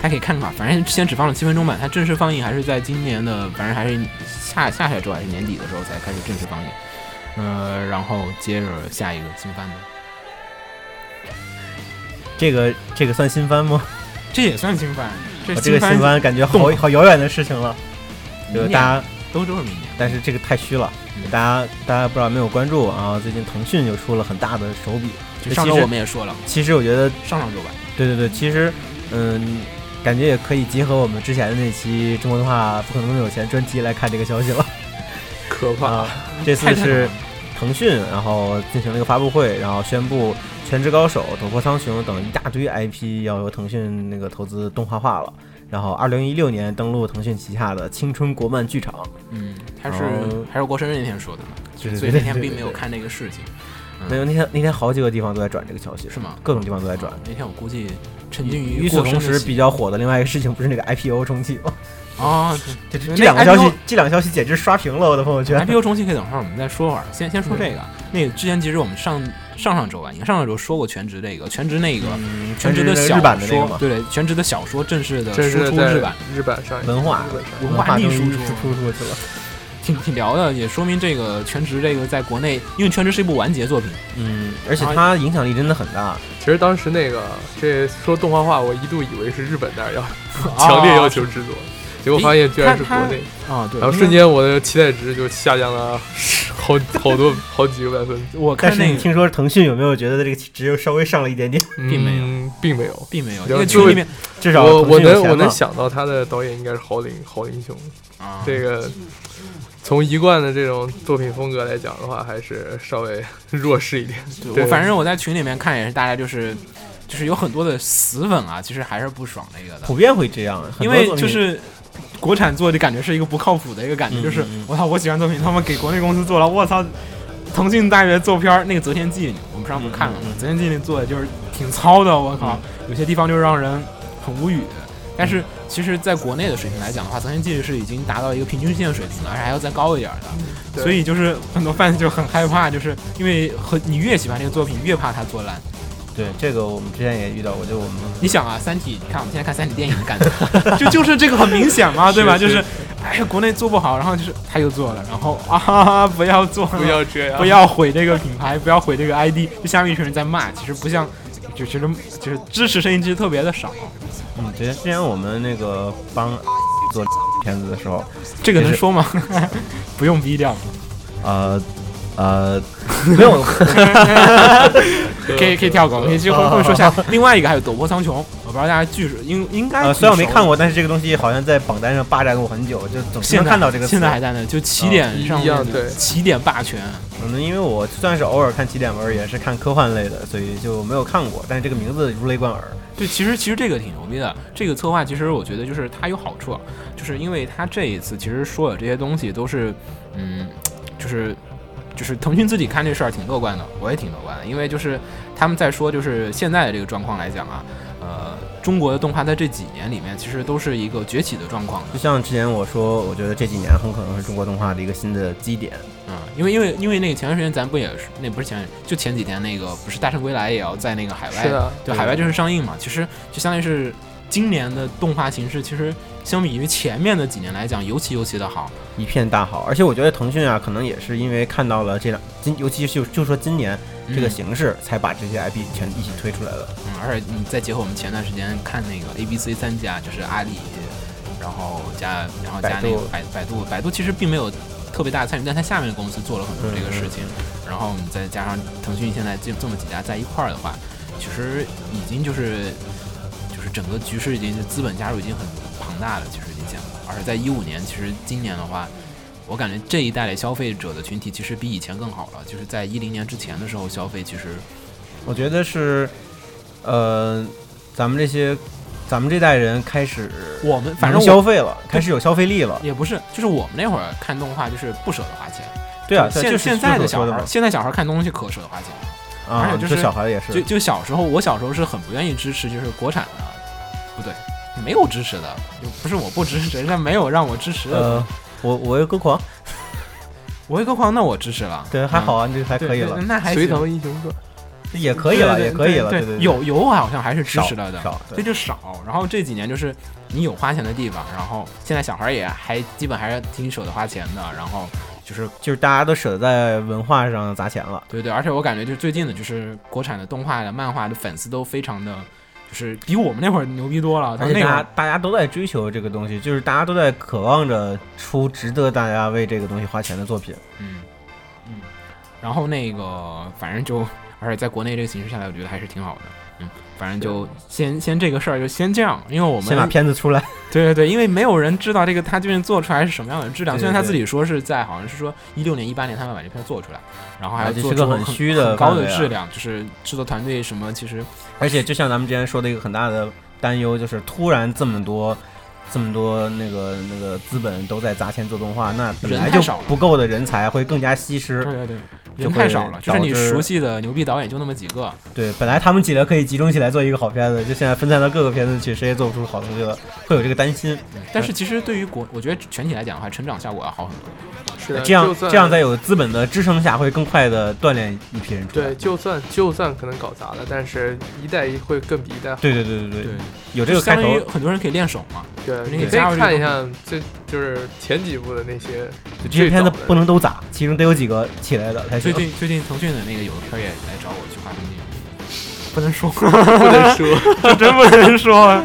S2: 大家可以看看吧。反正之前只放了七分钟版，它正式放映还是在今年的，反正还是下下下周还是年底的时候才开始正式放映。呃，然后接着下一个新番的，
S3: 这个这个算新番吗？
S2: 这也算新番，这
S3: 哦我这个
S2: 番
S3: 新番感觉好
S2: 动
S3: 好遥远的事情了，就
S2: 明
S3: 是
S2: 年
S3: 大家
S2: 都都是明年。
S3: 但是这个太虚了，
S2: 嗯
S3: 大家大家不知道有没有关注啊？最近腾讯就出了很大的手笔，
S2: 就上周我们也说了，
S3: 其实我觉得，
S2: 上上周吧，
S3: 对对对，其实嗯，感觉也可以结合我们之前的那期《中国动画不可能那么有钱》专辑来看这个 消息了
S5: 可怕。
S3: 啊。这次
S2: 太太
S3: 是腾讯，然后进行了一个发布会，然后宣布《全职高手》《斗破苍穹》等一大堆 IP 要由腾讯那个投资动画化了。然后，二零一六年登陆腾讯旗下的青春国漫剧场，
S2: 嗯，他是
S3: 哦
S2: 还是过生日那天说的嘛，
S3: 对对
S2: 所以那
S3: 对
S2: 天
S3: 对
S2: 并
S3: 对
S2: 没有
S3: 对
S2: 看那个事情，
S3: 没有，那天那天好几个地方都在转这个消息，
S2: 是吗
S3: 各种地方都在转。
S2: 那天我估计沉浸于
S3: 与此
S2: 过生
S3: 同
S2: 的
S3: 时，
S2: 喜
S3: 比较火的另外一个事情不是那个 IPO 重启吗？
S2: 哦，
S3: 这这
S2: 那
S3: 这两个消息
S2: IPO，
S3: 这两个消息简直刷屏了我的朋友圈。
S2: IPO 重启可以等会儿我们再说会儿，先先说这个。那个之前其实我们上上上周吧，你看上上周说过全职这个，全职那个、
S3: 嗯，
S2: 全职
S3: 的
S2: 小
S3: 日版的那个
S2: 说，
S3: 嘛，
S2: 对对，全职的小说正式的
S5: 这
S2: 输
S5: 是
S2: 出
S5: 在
S2: 日版，
S5: 日版上映
S3: 文化
S5: 日本上映
S2: 文化
S3: 逆
S2: 逆
S3: 输
S2: 输
S3: 出
S2: 出，
S3: 出去了。
S2: 挺挺聊的，也说明这个全职这个在国内，因为全职是一部完结作品，
S3: 嗯，而且它影响力真的很大。
S5: 其实当时那个这说动画化，我一度以为是日本那儿要强烈要求制作，结果发现居然是国内，嗯
S2: 啊，对，
S5: 然后
S2: 因为
S5: 瞬间我的期待值就下降了好好多好几个百分，
S2: 我
S3: 但
S2: 看
S3: 是
S2: 那
S3: 你
S2: 个
S3: 听说腾讯有没有觉得这个只有稍微上了一点点？
S2: 并没有
S5: 有，嗯并没有。
S2: 并没有，
S5: 比
S2: 这
S5: 较
S2: 个群里面
S3: 至少
S5: 我
S3: 腾
S5: 我
S3: 讯有
S5: 能
S3: 钱
S5: 我能
S3: 了
S5: 想到他的导演应该是郝林郝林兄，
S2: 啊，
S5: 这个从一贯的这种作品风格来讲的话，还是稍微弱势一点。
S2: 对
S5: 对
S2: 我反正我在群里面看也是大家就是就是有很多的死粉啊，其实还是不爽那个的，
S3: 普遍会这样，很多
S2: 因为
S3: 作品
S2: 就是国产做的感觉是一个不靠谱的一个感觉，
S3: 嗯
S2: 就是
S3: 嗯嗯
S2: 我操，我喜欢作品，他们给国内公司做了，我操，腾讯大学做片儿那个《择天记》，我们上次看了嘛，择天记》那做的就是挺糙的，我靠，有些地方就让人很无语。但是其实，在国内的水平来讲的话，《择天记》是已经达到一个平均线的水平了，而且还要再高一点儿的。
S5: 对
S2: 所以就是很多 fans 就很害怕，就是因为和你越喜欢这个作品，越怕它做烂。
S3: 对这个我们之前也遇到过，就我们
S2: 你想啊，《三体》，你看我们现在看《三体》电影的感 觉，就就是这个很明显嘛，对吧？
S5: 是
S2: 就是，哎呀，国内做不好，然后就是他又做了，然后啊， 不要做，
S5: 不要这样，
S2: 不要毁这个品牌，不要毁这个 ID，就下面一群人在骂，其实不像，就其实就是支持声音其实特别的少，
S3: 嗯，之前之前我们那个帮 做片子的时候，
S2: 这个能
S3: 也是
S2: 说吗？ 不用逼掉，
S3: 呃呃，没 有
S2: 可以可以跳过，可以去后
S3: 啊
S2: 后面说一下。另外一个还有《斗破苍穹》，我不知道大家剧应应该
S3: 呃，虽然我没
S2: 挺熟
S3: 看过，但是这个东西好像在榜单上霸占了我很久，就总是
S2: 现
S3: 能
S2: 在
S3: 看到这个词。啊
S2: 现在还在那，就起点
S5: 一
S2: 上
S5: 一样
S2: 面的
S5: 对
S2: 起点霸权，
S3: 嗯，因为我算是偶尔看起点文，也是看科幻类的，所以就没有看过。但是这个名字如雷贯耳。
S2: 对，其实其实这个挺牛逼的。这个策划其实我觉得就是它有好处啊，就是因为它这一次其实说的这些东西都是，嗯，就是就是腾讯自己看这事儿挺乐观的，我也挺乐观的，因为就是他们在说就是现在的这个状况来讲啊，呃，中国的动画在这几年里面其实都是一个崛起的状况的
S3: 就像之前我说，我觉得这几年很可能是中国动画的一个新的基点。
S2: 嗯，因为因为因为那个前段时间咱不也是那不是前就前几天那个不是《大圣归来》也要在那个海外
S5: 是的
S2: 哎对海外正式上映嘛，其实就相当于是今年的动画形式，其实相比于前面的几年来讲，尤其尤其的好。
S3: 一片大好，而且我觉得腾讯啊，可能也是因为看到了这两今，尤其就就说今年这个
S2: 嗯
S3: 形式，才把这些 IP 全一起推出来的。
S2: 嗯，而且你再结合我们前段时间看那个 A B C 三家，就是阿里，然后加然后加那个百百度，百度其实并没有特别大的参与，但它下面的公司做了很多这个事情，然后你再加上腾讯现在这这么几家在一块儿的话，其实已经就是就是整个局势已经是资本加入已经很庞大了，其实已经现在，而且在一五年，其实今年的话。我感觉这一代的消费者的群体其实比以前更好了，就是在一零年之前的时候，消费其实
S3: 我觉得是，呃，咱们这些，咱们这代人开始
S2: 我们反正我
S3: 消费了，开始有消费力了。
S2: 也不是，就是我们那会儿看动画就是不舍得花钱。
S3: 对啊，
S2: 现
S3: 就是
S2: 现在
S3: 所
S2: 的小
S3: 说
S2: 孩
S3: 的
S2: 儿，
S3: 嘛，
S2: 现在小孩儿看东西可舍得花钱。而
S3: 啊，
S2: 且
S3: 你
S2: 就
S3: 说
S2: 是
S3: 小孩也，
S2: 就是就小时候，我小时候是很不愿意支持，就是国产的，不对，没有支持的，就不是我不支持，但没有让我支持的。
S3: 呃，我我有个狂，
S2: 我一个狂，那我支持了。
S3: 对，还好
S2: 嗯，
S3: 啊，你这个还
S2: 对
S3: 可以
S2: 对
S3: 了。
S2: 那还
S5: 隋
S2: 行
S5: 唐英雄传
S3: 也可以了，
S2: 对
S3: 也可以了，
S2: 对
S3: 对对，
S2: 有有好像还是支
S3: 少
S2: 持了的，
S3: 少
S2: 所以就少。然后这几年就是你有花钱的地方，然后现在小孩也还基本还是挺舍得花钱的，然后就是
S3: 就是大家都舍得在文化上砸钱了。
S2: 对对，而且我感觉就是最近的，就是国产的动画的、漫画的粉丝都非常的，就是比我们那会儿牛逼多了。
S3: 而
S2: 他
S3: 且
S2: 那
S3: 大
S2: 会
S3: 家
S2: 儿
S3: 大家都在追求这个东西，就是大家都在渴望着出值得大家为这个东西花钱的作品。
S2: 嗯嗯，然后那个反正就，而且在国内这个形势下来，我觉得还是挺好的。嗯，反正就先先这个事儿就先这样，因为我
S3: 先把
S2: 们
S3: 片子出来，
S2: 对对对，因为没有人知道这个他究竟做出来是什么样的质量。
S3: 对
S2: 虽然他
S3: 对
S2: 自己说是在好像是说一六年、一八年他们把这片做出来，然后还要
S3: 啊这
S2: 做
S3: 是个
S2: 出
S3: 很虚的
S2: 很高
S3: 范
S2: 的
S3: 围啊
S2: 质量，就是制作团队什么其实
S3: 而且就像咱们之前说的一个很大的担忧，就是突然这么多。这么多那个那个资本都在砸钱做动画，那本
S2: 人
S3: 来
S2: 太
S3: 就
S2: 少了
S3: 不够的人才会更加稀释。
S2: 对对对，
S3: 就
S2: 人
S3: 会
S2: 太少了，就是你
S3: 导致
S2: 熟悉的牛逼导演就那么几个，
S3: 对，本来他们几个可以集中起来做一个好片子，就现在分散到各个片子去，谁也做不出好东西了，会有这个担心。
S2: 但是其实对于国，我觉得全体来讲的话，成长效果要好很多。
S5: 是的
S3: 这样
S5: 就算
S3: 这样在有资本的支撑下，会更快的锻炼一批人出来。
S5: 对，就算就算可能搞砸了，但是一代一会更比一代好。
S3: 对对对对对，
S2: 对，
S3: 有这个
S2: 就相
S3: 开
S2: 当于
S3: 头，
S2: 很多人可以练手嘛。
S5: 对，
S2: 对
S5: 你可以
S2: 加入这个
S5: 看一下这就是前几部的那些
S3: 就这些片子
S5: 最早的
S3: 不能都砸，其中得有几个起来的才
S2: 最
S3: 哎行。
S2: 近最近腾讯的那个有个片儿也来找我去画分镜，
S4: 不能 说，
S5: 不能说，
S4: 真不能说。啊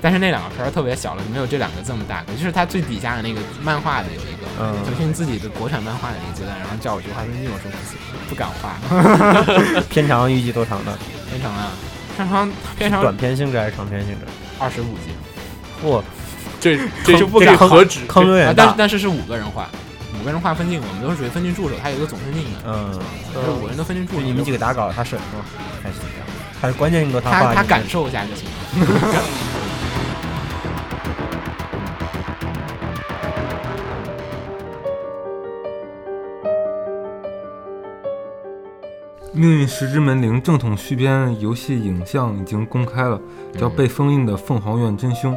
S2: 但是那两个片儿特别小了，没有这两个这么大个。就是它最底下的那个漫画的有一个，
S3: 嗯
S2: 腾讯自己的国产漫画的一个阶段，然后叫我去画分镜，我说不行，不敢画，
S3: 片长预计多长呢？
S2: 片长啊，片长片
S3: 是短
S2: 长
S3: 片性质还是长片性质？
S2: 二十五集，
S3: 哇，
S5: 这这
S3: 就
S5: 就
S3: 不
S5: 不
S3: 敢
S5: 敢
S3: 这个
S5: 何止
S3: 坑有
S2: 啊
S3: 点
S2: 但是
S3: 大。
S2: 但是是五个人画，五个人画分镜，我们都是属于分镜助手，它有一个总分镜的，
S3: 嗯，
S2: 就是五个人都分镜助
S3: 就
S2: 手，
S3: 你们几个打稿，他水吗？还是怎么样？还是关键性格画
S2: 他
S3: 的
S2: 他感受一下就行。
S6: 《命运石之门零》正统续编游戏影像已经公开了，叫《被封印的凤凰院真凶》。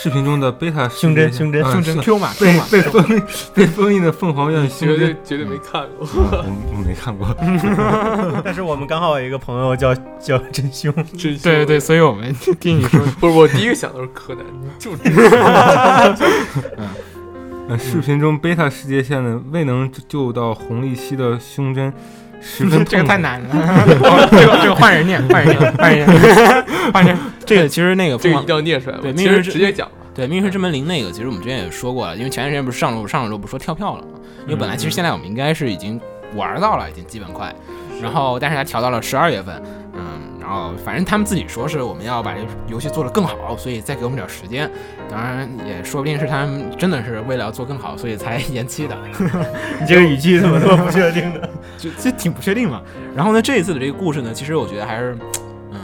S6: 视频中的贝塔
S3: 胸针胸针
S6: 胸
S2: 嗯胸针 Q 嘛 Q
S6: 被
S2: 嘛，
S6: 被封印被封印的凤凰院胸
S5: 绝对
S6: 针，
S5: 绝对没看过。
S6: 嗯我我没看过。
S3: 但是我们刚好有一个朋友叫叫真凶，
S5: 真
S4: 对对对，
S5: 对，
S4: 所以我们听你说，
S5: 不是我第一个想的是柯南，你就这
S6: 呃，视频中贝塔世界线的未能救到红利希的胸针，十 分
S4: 这个
S6: 痛苦
S4: 太难了，这个这个换人念，换人念，换人念，换人。
S2: 这个其实那个
S5: 这
S2: 凤
S5: 个
S2: 凰
S5: 一定要念出来吧。
S2: 对
S5: 其
S2: 明日
S5: 实
S2: 之
S5: 直接讲吧，
S2: 对《命运石之门零》那个，其实我们之前也说过了，因为前段时间不是上周上上周不是说跳票了嘛，因为本来
S3: 嗯
S2: 其实现在我们应该是已经玩到了，已经基本快，然后但是它调到了十二月份，嗯，然后反正他们自己说是我们要把这游戏做得更好，所以再给我们点时间，当然也说不定是他们真的是为了要做更好，所以才 延期的，
S3: 啊你这个语气怎么这么不确定的？
S2: 就就挺不确定嘛。然后呢，这一次的这个故事呢，其实我觉得还是，嗯，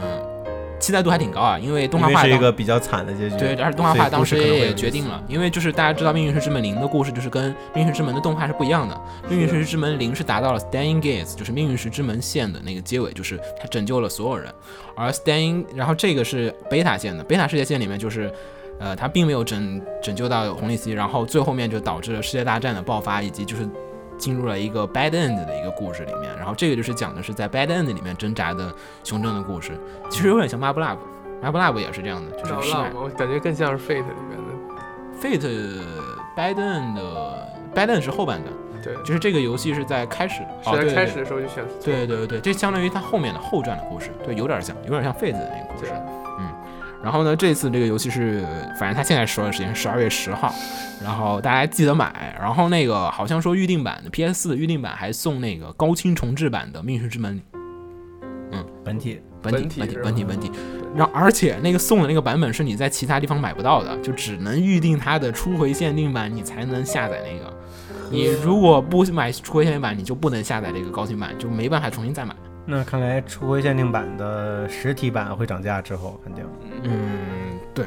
S2: 期待度还挺高啊，因为 动
S3: 因
S2: 画
S3: 为
S2: 化
S3: 是一
S2: 当
S3: 个比较惨的结局。
S2: 对，而且动画
S3: 所以
S2: 化当
S3: 故事
S2: 时
S3: 可能会有
S2: 也
S3: 意
S2: 决定
S3: 思
S2: 了，因为就是大家知道《命运石之门零》的故事就是跟《命运石之门》的动画是不一样的，《命运石之门零》是达到了 Staying Gates，就是命运石之门线的那个结尾，就是他拯救了所有人，而 Staying，然后这个是贝塔线的，贝塔世界线里面就是。呃，他并没有拯拯救到红利希，然后最后面就导致了世界大战的爆发，以及就是进入了一个 bad end 的一个故事里面。然后这个就是讲的是在 bad end 里面挣扎的熊正的故事，其实有点像 Marble Lab，Marble Lab 也是这样的，就
S5: 知道
S2: 是
S5: 了吗？我感觉更像是 Fate 里面的。
S2: Fate Biden 的 Biden 是后半段，
S5: 对，
S2: 就是这个游戏是在开始，哦
S5: 是
S2: 对
S5: 在开始，的时候就选。
S2: 对对对对对，这相当于它后面的后传的故事，对，有点像，有点像 Fate 的那个故事
S5: 对，
S2: 嗯。然后呢，这次这个游戏是，反正它现在说的时间是十二月十号，然后大家记得买。然后那个好像说预定版的 PS 四的预定版还送那个高清重制版的《命运之门》
S3: 本体
S2: 本体
S5: 本体
S2: 本体
S5: 是吧
S2: 本体本体，然后而且那个送的那个版本是你在其他地方买不到的，就只能预定它的初回限定版，你才能下载那个。你如果不买初回限定版，你就不能下载这个高清版，就没办法重新再买。
S3: 那看来初回限定版的实体版会涨价之后，肯定
S2: 嗯，对，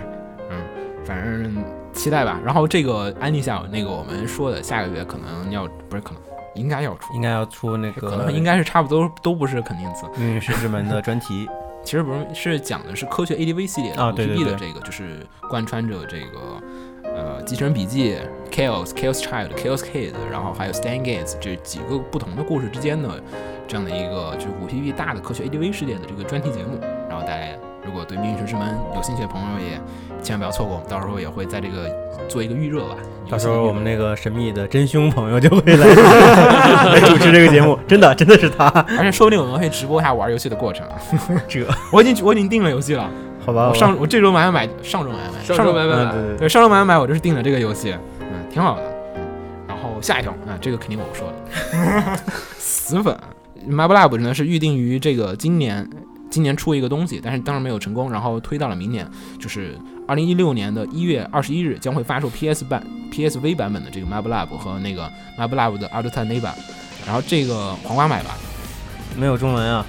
S2: 嗯，反正期待吧。然后这个安利下那个我们说的下个月可能要不是可能应该要出，
S3: 应该要出那
S2: 可能
S3: 个
S2: 应该是差不多都不是肯定词。
S3: 命运石之门的专 题。
S2: 其实不是是讲的是科学 ADV 系列的
S3: 啊
S2: 五
S3: 对对
S2: GB 的
S3: 对
S2: 这个，就是贯穿着这个呃《机器人笔记》 Chaos、Chaos Child、Chaos Kid，然后还有 Stan Gates 这几个不同的故事之间的这样的一个就是五 P B 大的科学 ADV 事件的这个专题节目。然后大家如果对《命运石之门》有兴趣的朋友也千万不要错过，我们到时候也会在这个做一个预热吧。
S3: 到时候我们那个神秘的真凶朋友就 会来来主持这个节目，真的真的是他，
S2: 而且说不定我们会直播一下玩游戏的过程。
S3: 这
S2: 我已经我已经订了游戏了，
S3: 好吧？
S2: 我上我这周马上买，上周马上买，
S5: 上周买买
S3: 嗯
S5: 买，
S3: 对对对，
S2: 对，上周买买我这是订了这个游戏，嗯，挺好的。嗯然后下一条啊，这个肯定我不说了， 死粉 Map Lab 呢是预定于这个今年今年出一个东西，但是当时没有成功，然后推到了明年，就是二零一六年的一月二十一日将会发售 PS 版 PSV 版本的这个 Map Lab 和那个 Map Lab 的 Alta Neva，然后这个黄瓜买吧，
S3: 没有中文啊。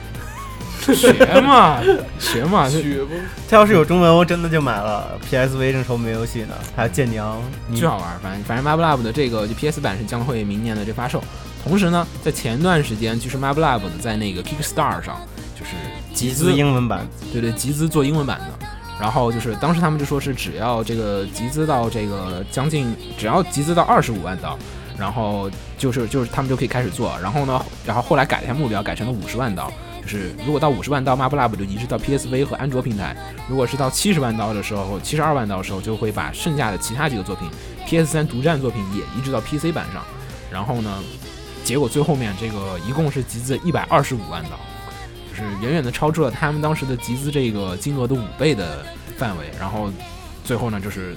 S2: 学嘛学嘛， 就
S5: 绝不
S3: 他要是有中文，我真的就买了。PSV 正愁没游戏呢，还有剑娘，你
S2: 巨好玩儿。反正反正 Map Lab 的这个就 PS 版是将会明年的这发售。同时呢，在前段时间，就是 Map Lab 的在那个 Kickstarter 上，就是集资
S3: 自英文版，
S2: 对对，集资做英文版的。然后就是当时他们就说是只要这个集资到这个将近，只要集资到二十五万刀，然后就是就是他们就可以开始做。然后呢，然后后来改了一下目标，改成了五十万刀。就是如果到五十万刀 m a p l a b 就移植到 PSV 和安卓平台；如果是到七十万刀的时候，七十二万刀的时候，就会把剩下的其他几个作品，PS 3独占作品也移植到 PC 版上。然后呢，结果最后面这个一共是集资一百二十五万刀。就是远远的超出了他们当时的集资这个金额的五倍的范围。然后最后呢，就是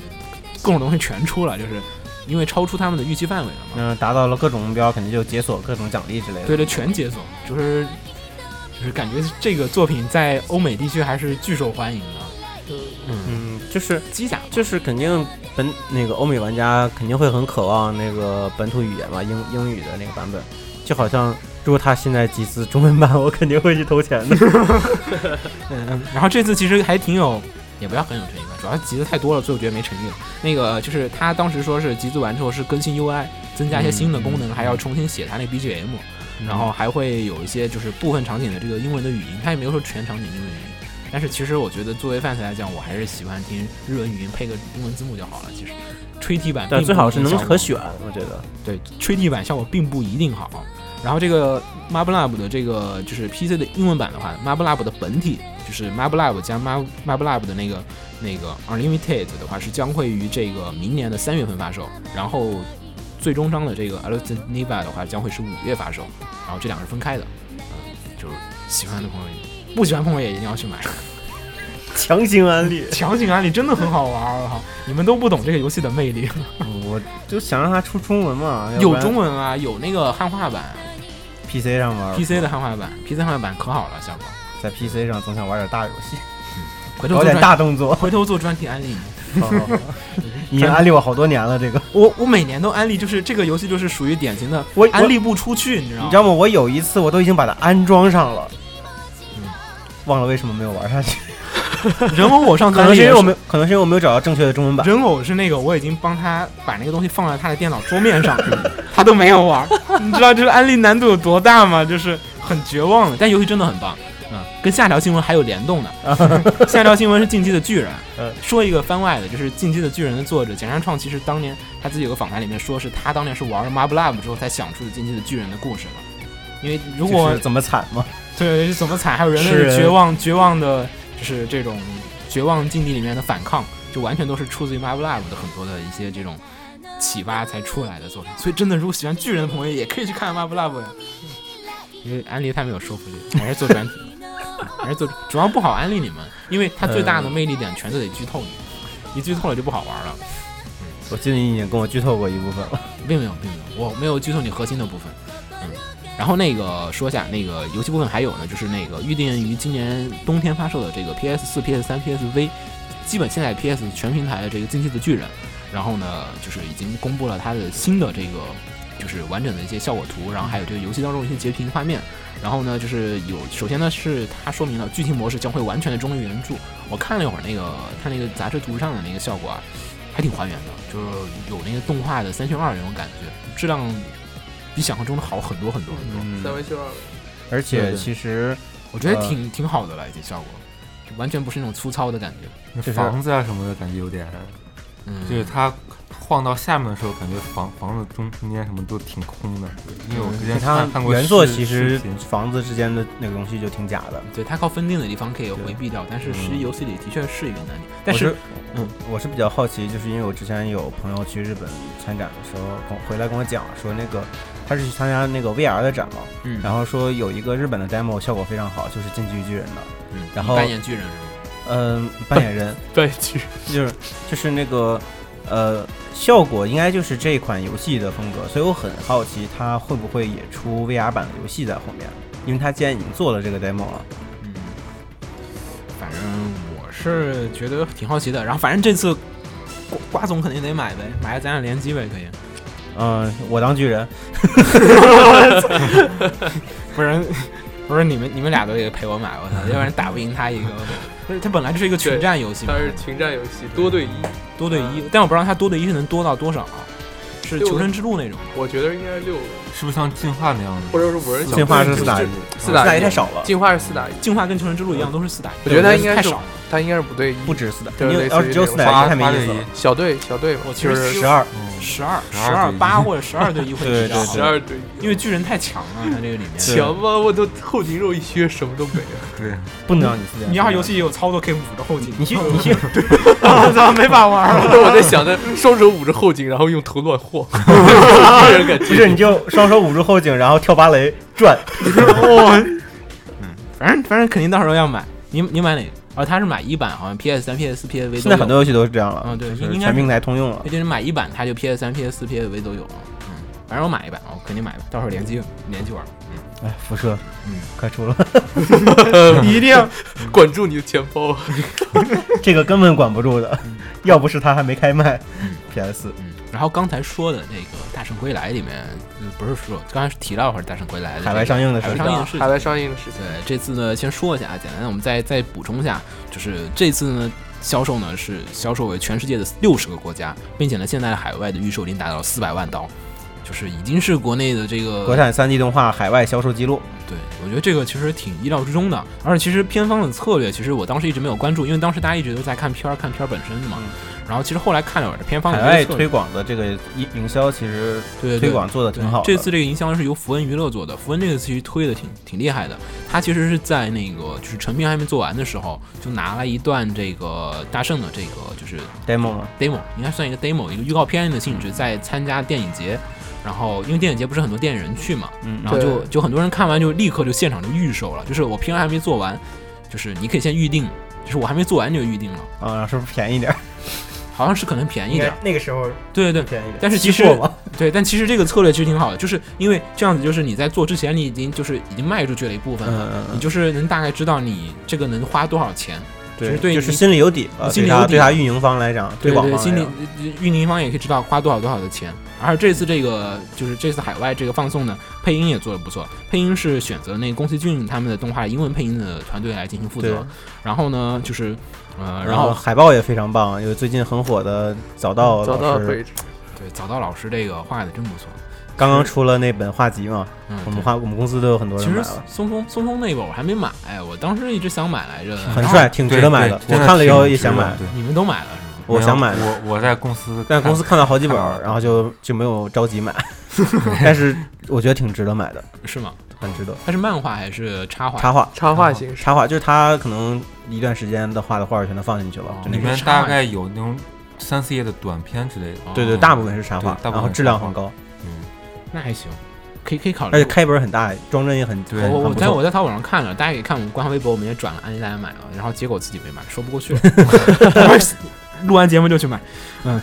S2: 各种东西全出了，就是因为超出他们的预期范围了嘛。
S3: 嗯，达到了各种目标，肯定就解锁各种奖励之类的。
S2: 对对，全解锁，就是就是感觉这个作品在欧美地区还是巨受欢迎的。嗯，
S3: 嗯，就是
S2: 机甲
S3: 就是肯定本那个欧美玩家肯定会很渴望那个本土语言嘛，英英语的那个版本，就好像如果他现在集资中文版，我肯定会去投钱 的。
S2: 嗯，然后这次其实还挺有，也不要很有诚意吧，主要集的太多了，所以我觉得没诚意了。那个就是他当时说是集资完之后是更新 UI，增加一些新的功能，
S3: 嗯
S2: 还要重新写他那 BGM，、然后还会有一些就是部分场景的这个英文的语音，他也没有说全场景英文语音。但是其实我觉得作为 fans 来讲，我还是喜欢听日文语音配个英文字幕就好了。其实吹替版并
S3: 但
S2: 不
S3: 最好是
S2: 一定
S3: 能
S2: 效
S3: 可
S2: 果
S3: 选，我觉得。
S2: 对，吹地板效果并不一定好。然后这个 Map Lab 的这个就是 PC 的英文版的话，Map Lab 的本体就是 Map Lab 加 Map Map Lab 的那个那个 Unlimited 的话是将会于这个明年的三月份发售，然后最终章的这个 a l t e n i v a 的话将会是五月发售，然后这两个是分开的。嗯，就是喜欢的朋友，不喜欢朋友也一定要去买。
S3: 强行安利，
S2: 强行安利真的很好玩儿，我靠！你们都不懂这个游戏的魅力。
S3: 我就想让他出嗯中文嘛，
S2: 有中文啊，有那个汉化版
S3: PC 上玩
S2: ，PC 的汉化版，PC 汉化版可好了，效果。
S3: 在 PC 上总想玩点大游 戏，
S2: 回头
S3: 搞
S2: 做
S3: 点
S2: 专，
S3: 大动作。
S2: 回头做专题安利。
S3: 好好好 你安利我好多年了，这个
S2: 我我每年都安利，就是这个游戏就是属于典型的
S3: 我
S2: 安利不出去，你知道
S3: 你
S2: 吗
S3: 知？道吗？我有一次我都已经把它安装上了，
S2: 嗯
S3: 忘了为什么没有玩下去，
S2: 人偶我上次
S3: 可
S2: 安
S3: 能
S2: 利
S3: 是因
S2: 也
S3: 为我没，可能是因为我没有找到正确的中文版。
S2: 人偶是那个我已经帮他把那个东西放在他的电脑桌面上，
S3: 嗯
S2: 他都没有玩儿。你知道这个安利难度有多大吗？就是很绝望的，但游戏真的很棒。嗯，跟下条新闻还有联 动呢。下条新闻是《进击的巨人
S3: 嗯》，
S2: 说一个番外的，就是《进击的巨人》的作者简山创，其实当年他自己有个访谈里面说，是他当年是玩了 Map Lab 之后才想出的《进击的巨人》的故事的。因为如果
S3: 就是怎么惨嘛，
S2: 对，是怎么惨？还有人类
S3: 吃
S2: 的
S3: 人
S2: 绝望，绝望的，就是这种绝望境地里面的反抗，就完全都是出自于 Map Lab 的很多的一些这种启发才出来的作品。所以真的，如果喜欢巨人的朋友，也可以去看 Map Lab 呀。因为哎安利太没有说服力，还是做专题，还是做主要不好安利你们，因为它最大的魅力点全都得剧透你，一剧透了就不好玩了。
S3: 我记得你已经跟我剧透过一部分了。
S2: 并没有，并没有，我没有剧透你核心的部分。嗯，然后那个说一下那个游戏部分还有呢，就是那个预定于今年冬天发售的这个 PS 四、PS 三、PSV，基本现在 PS 全平台的这个《进击的巨人》，然后呢，就是已经公布了它的新的这个就是完整的一些效果图，然后还有这个游戏当中一些截屏画面。然后呢，就是有首先呢是它说明了剧情模式将会完全的忠于原著。我看了一会儿那个它那个杂志图上的那个效果啊，还挺还原的，就是有那个动画的三选二那种感觉，质量比想象中的好很多很多很多。
S6: 嗯
S5: 三维秀二维，
S2: 对
S3: 而且
S2: 对
S3: 其实
S2: 我觉得
S6: 呃
S2: 挺挺好的了，已经效果，就完全不是那种粗糙的感觉。
S3: 就是
S6: 房子啊什么的感觉有点，
S2: 嗯，
S6: 就是它晃到下面的时候，感觉房房子中中间什么都挺空的，因为我之前
S3: 它
S6: 看看过
S3: 嗯原作
S6: 视
S3: 其实
S6: 视频
S3: 房子之间的那个东西就挺假的。
S2: 对，它靠分定的地方可以回避掉，但是实际游戏里的确是有难点。但嗯是
S3: 嗯，我是比较好奇，就是因为我之前有朋友去日本参展的时候，跟我回来跟我讲说，那个他是去参加那个 VR 的展嘛，
S2: 嗯
S3: 然后说有一个日本的 demo 效果非常好，就是《进击巨人》的，
S2: 嗯
S3: 然后
S2: 扮演巨人是吗
S3: 嗯、扮演人
S5: 对，去
S3: 就是就是那个呃效果应该就是这款游戏的风格，所以我很好奇它会不会也出 VR 版的游戏在后面，因为它既然已经做了这个 demo 了，
S2: 嗯，反正我是觉得挺好奇的。然后反正这次瓜瓜总肯定得买呗，买了咱俩联机呗，可以。
S3: 嗯、我当巨人，
S2: 不然 不是你们你们俩都得陪我买， 我操，要不然打不赢他一个。不是，它本来就是一个群战游戏嘛
S5: 它，是群战游戏，多对一，
S2: 多对一，但我不知道它多对一是能多到多少啊，是
S5: 六个
S2: 求生之路那种。
S5: 我觉得应该是六个，
S6: 是不是像进化那样的？
S5: 或者是五人小
S3: 进化
S5: 队
S3: 是四打一，
S5: 四打
S3: 四打一
S5: 一
S3: 太，少了，
S5: 进化是四打一，
S2: 进化跟求生之路一样，都是四打一。
S5: 我觉得它应该
S2: 太
S5: 是
S2: 少了。
S5: 它应该是不对一，
S3: 不止四打，
S5: 就是
S3: 因为
S5: 类似
S3: 要
S5: 于
S3: 是只有
S5: 那
S3: 四
S5: 种
S3: 打一
S6: 八
S3: 太没
S6: 八
S3: 意
S6: 对
S3: 思了
S6: 一，，
S5: 小队小队嘛，
S2: 我其
S5: 就
S2: 实
S5: 是
S3: 十二。
S6: 嗯
S2: 十二
S6: 12
S2: 十二
S6: 对一
S2: 八或者十二对一会
S3: 对
S2: 比较
S3: 对
S2: 好
S5: 十，二对一，
S2: 因为巨人太强了，它这个里面。
S3: 对
S5: 强吗？我都后颈肉一削，什么都没了。
S6: 对，
S3: 不能让你自己来
S4: 你要是游戏也有操作可以捂着后颈，
S3: 你去你去，
S4: 我操，没法玩了。
S5: 我在想着双手捂着后颈，然后用头乱 晃，个 人感
S3: 不
S5: 觉
S3: 是你就双手捂住后颈，然后跳芭蕾转。
S2: 反正反正肯定到时候要买。你你买哪个？啊，他是买一版，好像 PS 三、PS 四、PSV
S3: 现在很
S2: 都
S3: 多
S2: 有。
S3: 游戏都是这样了，
S2: 嗯对
S3: 就是
S2: 应该
S3: 全平台通用了
S2: 也。就是买一版，它就 PS 三、PS 四、PSV 都有。嗯，反正我买一版，我肯定买吧，到时候联机联机玩。
S3: 哎，辐射，
S2: 嗯，
S3: 快出了，
S5: 一定要 管住你的钱包啊！
S3: 这个根本管不住的， 要不是它还没开卖，PS
S2: 嗯，然后刚才说的那个《大圣归来》里面，呃不是说刚才提到一会儿《大圣归来》的
S3: 海外上映的
S2: 这
S3: 时
S2: 个海
S3: 候
S2: 外，上映的事
S5: 海
S2: 情。
S5: 外上映的事情
S2: 对，，这次呢，先说一下，简单的我们再再补充一下，就是这次呢，销售呢是销售为全世界的六十个国家，并且呢，现在的海外的预售已经达到四百万刀，就是已经是国内的这个
S3: 国产 3D 动画海外销售记录，
S2: 对，我觉得这个其实挺意料之中的，而且其实片方的策略，其实我当时一直没有关注，因为当时大家一直都在看片儿，看片儿本身嘛。然后其实后来看了会儿，片方的
S3: 嗯
S2: 这个
S3: 海外
S2: 策
S3: 推
S2: 略
S3: 广的这个营营销其实呃
S2: 对哦对
S3: 推广做的挺好的。
S2: 这次这个营销是由符文娱乐做的，符文这个其实推的挺挺厉害的。他其实是在那个就是成片还没做完的时候，就拿了一段这个大圣的这个就是
S3: demo 嘛，
S2: demo，应该算一个 demo，一个预告片的性质，在参加电影节。然后，因为电影节不是很多电影人去嘛，
S3: 嗯
S2: 然后就
S5: 对
S2: 就很多人看完就立刻就现场就预售了，就是我片还没做完，就是你可以先预定，就是我还没做完就预定了，
S3: 啊，然后是不是便宜点儿？
S2: 好像是可能便宜点儿，
S3: 那个时候
S2: 对对对，
S3: 便宜点儿
S2: 但是其
S3: 期
S2: 实
S3: 货嘛，
S2: 对，但其实这个策略其实挺好的，就是因为这样子，就是你在做之前，你已经就是已经卖出去了一部分了，
S3: 嗯嗯
S2: 呃你
S3: 嗯，
S2: 就是能大概知道你这个能花多少钱，就是对
S3: 就
S2: 你
S3: 是心里有底了，
S2: 心里
S3: 对它
S2: 有底
S3: 对它
S2: 了
S3: 运营方来讲，推
S2: 对
S3: 广
S2: 对，
S3: 方来
S2: 心里
S3: 讲，
S2: 运营方也可以知道花多少多少的钱。而这次这个就是这次海外这个放送呢，配音也做的不错，配音是选择那个宫崎骏他们的动画英文配音的团队来进行负
S3: 对
S2: 责。然后呢，就是呃，然
S3: 然
S2: 后
S3: 后海报也非常棒，有最近很火的早稻
S5: 找到
S3: 老
S5: 鬼
S3: 师
S5: 子
S2: 对早稻老师这个画的真不错，
S3: 刚刚出了那本画集嘛，
S2: 嗯，
S3: 我
S2: 对
S3: 们画我们公司都有很多
S2: 其
S3: 人买
S2: 实
S3: 了，
S2: 松风松风那本我还没买，我当时一直想买来着，
S3: 很
S2: 然后
S3: 帅，挺值得买的。我
S6: 真的
S3: 看了以后
S6: 挺
S3: 也
S6: 值得
S3: 想买，
S6: 对
S2: 你们都买了是吗？
S3: 我
S6: 没有
S3: 想买，
S6: 我我在公司看，
S3: 但公司看了好几本
S6: 看了
S3: 儿，然后就就没有着急买，但是我觉得挺值得买的，
S2: 是吗？
S3: 很值得。
S2: 它是漫画还是插画？
S3: 插画，
S5: 插画形式，
S3: 插画就是他可能一段时间的画的画儿全都放进去了
S2: 哦，
S3: 就
S6: 里
S3: 那个
S6: 面大概有那种三四页的短片之类的。
S2: 哦
S3: 对对，大部分是插画
S6: 对，大部分
S3: 然后质量很高，
S6: 嗯，
S2: 那还行，可以可以考虑。
S3: 而且开本很大，装帧也很
S6: 对
S2: 嗯
S3: 很
S2: 我我
S3: 哎很不
S2: 在
S3: 错。
S2: 我在淘宝上看了，大家也看我们官方微博，我们也转了，安利大家买了，然后结果自己没买，说不过 去了。录完节目就去买，嗯。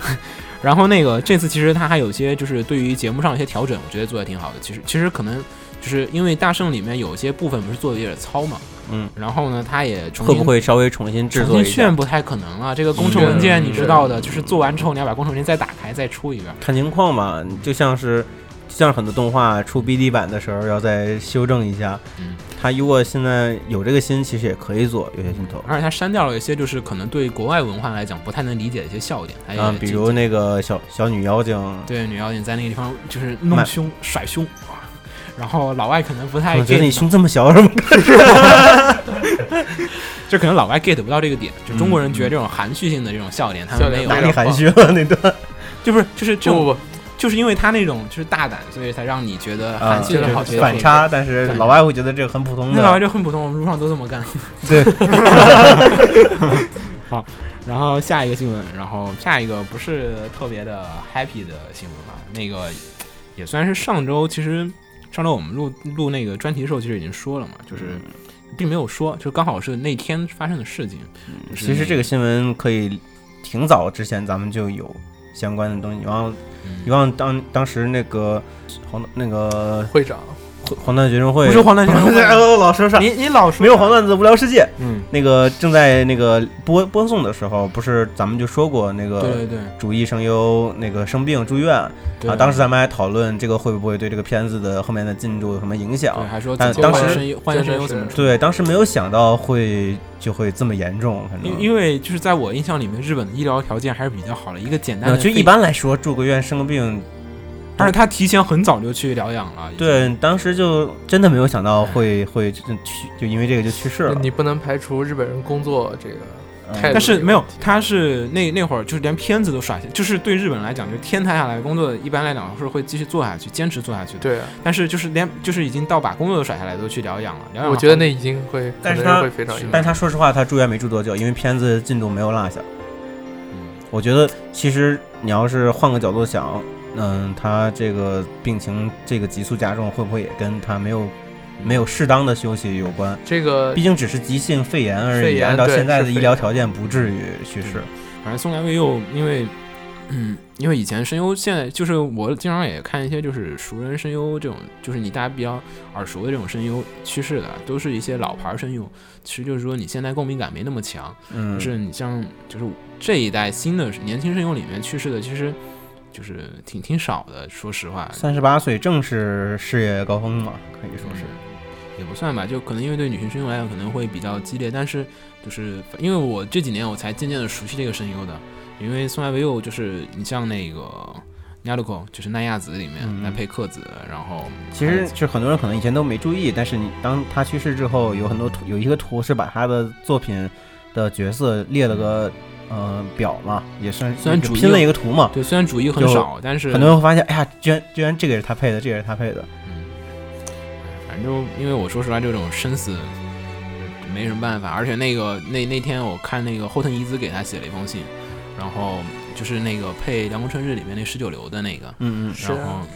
S2: 然后那个这次其实它还有一些就是对于节目上一些调整，我觉得做的挺好的。其实其实可能就是因为大圣里面有一些部分不是做的有点糙嘛，
S3: 嗯，
S2: 然后呢它也重
S3: 会
S2: 新
S3: 不会稍微重新制
S2: 重
S3: 作
S2: 新
S3: 一下
S2: 炫？不太可能了。这个工程文件你知道的，就是做完之后你要把工程文件再打开再出一遍。
S3: 看情况吧，你就像是就像是很多动画出 BD 版的时候要再修正一下。
S2: 嗯，
S3: 他如果现在有这个心，其实也可以做有些镜头。
S2: 而且它删掉了一些就是可能对国外文化来讲不太能理解的一些笑点，它也
S3: 啊，比如那个小小女妖精，
S2: 对女妖精在那个地方就是弄
S3: 慢
S2: 胸甩胸，哇然后老外可能不太
S3: 我觉得你
S2: get，
S3: 胸这么小是吗？
S2: 就可能
S3: 嗯
S2: 老外 get 不到这个点，就中国人觉得这种含蓄性的这种笑点，他
S5: 笑
S2: 们
S5: 点
S2: 没有
S3: 哪
S5: 非 常
S3: 里含蓄了那段？
S2: 就不是就是这
S5: 不
S2: 种，
S5: 不不，
S2: 就是因为他那种就是大胆，所以才让你觉得
S3: 啊
S2: 韩剧
S5: 这
S2: 的
S5: 个
S2: 好
S5: 好
S2: 学
S5: 学
S3: 反差，但是老外会觉得这个很普通
S2: 那老外
S3: 的。
S2: 就很普通，我们路上都这么 干。
S3: 对，
S2: 好，然后下一个新闻，然后下一个不是特别的 happy 的新闻吧？那个也算是上周，其实上周我们录录那个专题的时候，其实已经说了嘛，
S3: 嗯
S2: 就是并没有说，就刚好是那天发生的事情。就是
S3: 嗯其实这个新闻可以挺早之前咱们就有相关的东西，你忘了
S2: 嗯
S3: 你忘了当当时那个黄那个
S5: 会长
S3: 黄段学生会
S2: 不是黄 段学生会
S3: 哎呦老说啥？
S4: 你你老说
S3: 没有黄段子无聊世界。
S2: 嗯，
S3: 那个正在那个播播送的时候，不是咱们就说过那
S2: 对对
S3: 个
S2: 对
S3: 主义声优那个生病住院呃啊，
S2: 对，
S3: 当时咱们还讨论这个会不会对这个片子的后面的进度有什么影响
S2: 对。还说
S3: 但
S2: 怎
S5: 当
S2: 么
S5: 时
S2: 声优换声优怎么
S5: 真的
S2: 出。
S3: 对，当时没有想到会就会这么严重，反正
S2: 因因为就是在我印象里面，日本的医疗条件还是比较好的，一个简单
S3: 呃
S2: 的，
S3: 就一，般来说住个院生个病，
S2: 而且他提前很早就去疗养了。已经，
S3: 对，当时就真的没有想到会会就去就因为这个就去世了。嗯
S5: 你不能排除日本人工作这个态度，
S2: 但是没有，他是那那会儿就是连片子都耍下，就是对日本人来讲，就是天台下来工作，一般来讲是会继续做下去，坚持做下去的。，
S5: 对啊，
S2: 但是就是连就是已经到把工作都甩下来，都去疗养了。疗养了
S5: 啊我觉得那已经会，
S3: 但是
S5: 可能
S3: 他
S5: 会非常
S2: 是
S5: 影
S3: 但
S5: 响。
S3: 是他说实话，他住院没住多久，因为片子进度没有落下。
S2: 好，嗯
S3: 我觉得其实你要是换个角度想，嗯，他这个病情这个急速加重，会不会也跟他没有没有适当的休息有关？
S5: 这个
S3: 毕竟只是急性肺炎而
S5: 肺
S3: 已，
S5: 炎
S3: 按照
S5: 对
S3: 现在
S5: 是
S3: 的
S5: 肺
S3: 医
S5: 炎
S3: 疗条件，不至于去世。
S2: 反正松良未佑因为。嗯，因为以前声优，现在就是我经常也看一些就是熟人声优这种，就是你大家比较耳熟的这种声优去世的，都是一些老牌声优。其实就是说你现在共鸣感没那么强，
S3: 嗯，
S2: 就是你像就是这一代新的年轻声优里面去世的，其实就是挺挺少的。说实话，
S3: 三十八岁正是事业高峰嘛，可以说是。
S2: 也不算吧，就可能因为对女性声优来讲可能会比较激烈，但是就是因为我这几年我才渐渐的熟悉这个声优的，因为松来唯佑就是你像那个。n a l o k o 就是奈亚子里面
S3: 嗯
S2: 奈佩克子，然后
S3: 其实就是很多人可能以前都没注意，但是你当他去世之后，有很多图，有一个图是把他的作品的角色列了个呃表嘛，也算
S2: 虽然
S3: 就
S2: 主
S3: 拼
S2: 义
S3: 了一个图嘛。
S2: 对虽然主义很
S3: 就
S2: 少，但是
S3: 很多人会发现，哎呀，居然居然这个是他配的，这个是他配的。
S2: 嗯，哎反正就因为我说实话，这种生死没什么办法。而且那个那那天我看那个后藤怡子给他写了一封信，然后就是那个配《凉宫春日》里面那十九流的那个，
S3: 嗯
S5: 是
S2: 然
S5: 啊
S2: 后。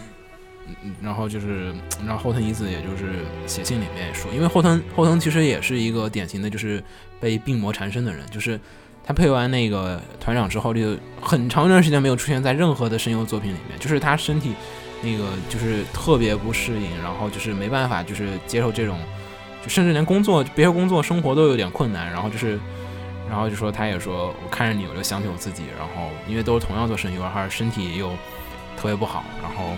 S2: 嗯然后就是，然后后藤怡子也就是写信里面也说，因为后藤后藤其实也是一个典型的就是被病魔缠身的人，就是他配完那个团长之后，就很长一段时间没有出现在任何的声优作品里面，就是他身体那个就是特别不适应，然后就是没办法就是接受这种，就甚至连工作别说工作生活都有点困难，然后就是。然后就说，他也说，我看着你，我就想起我自己。然后，因为都是同样做声优，然后身体又特别不好，然后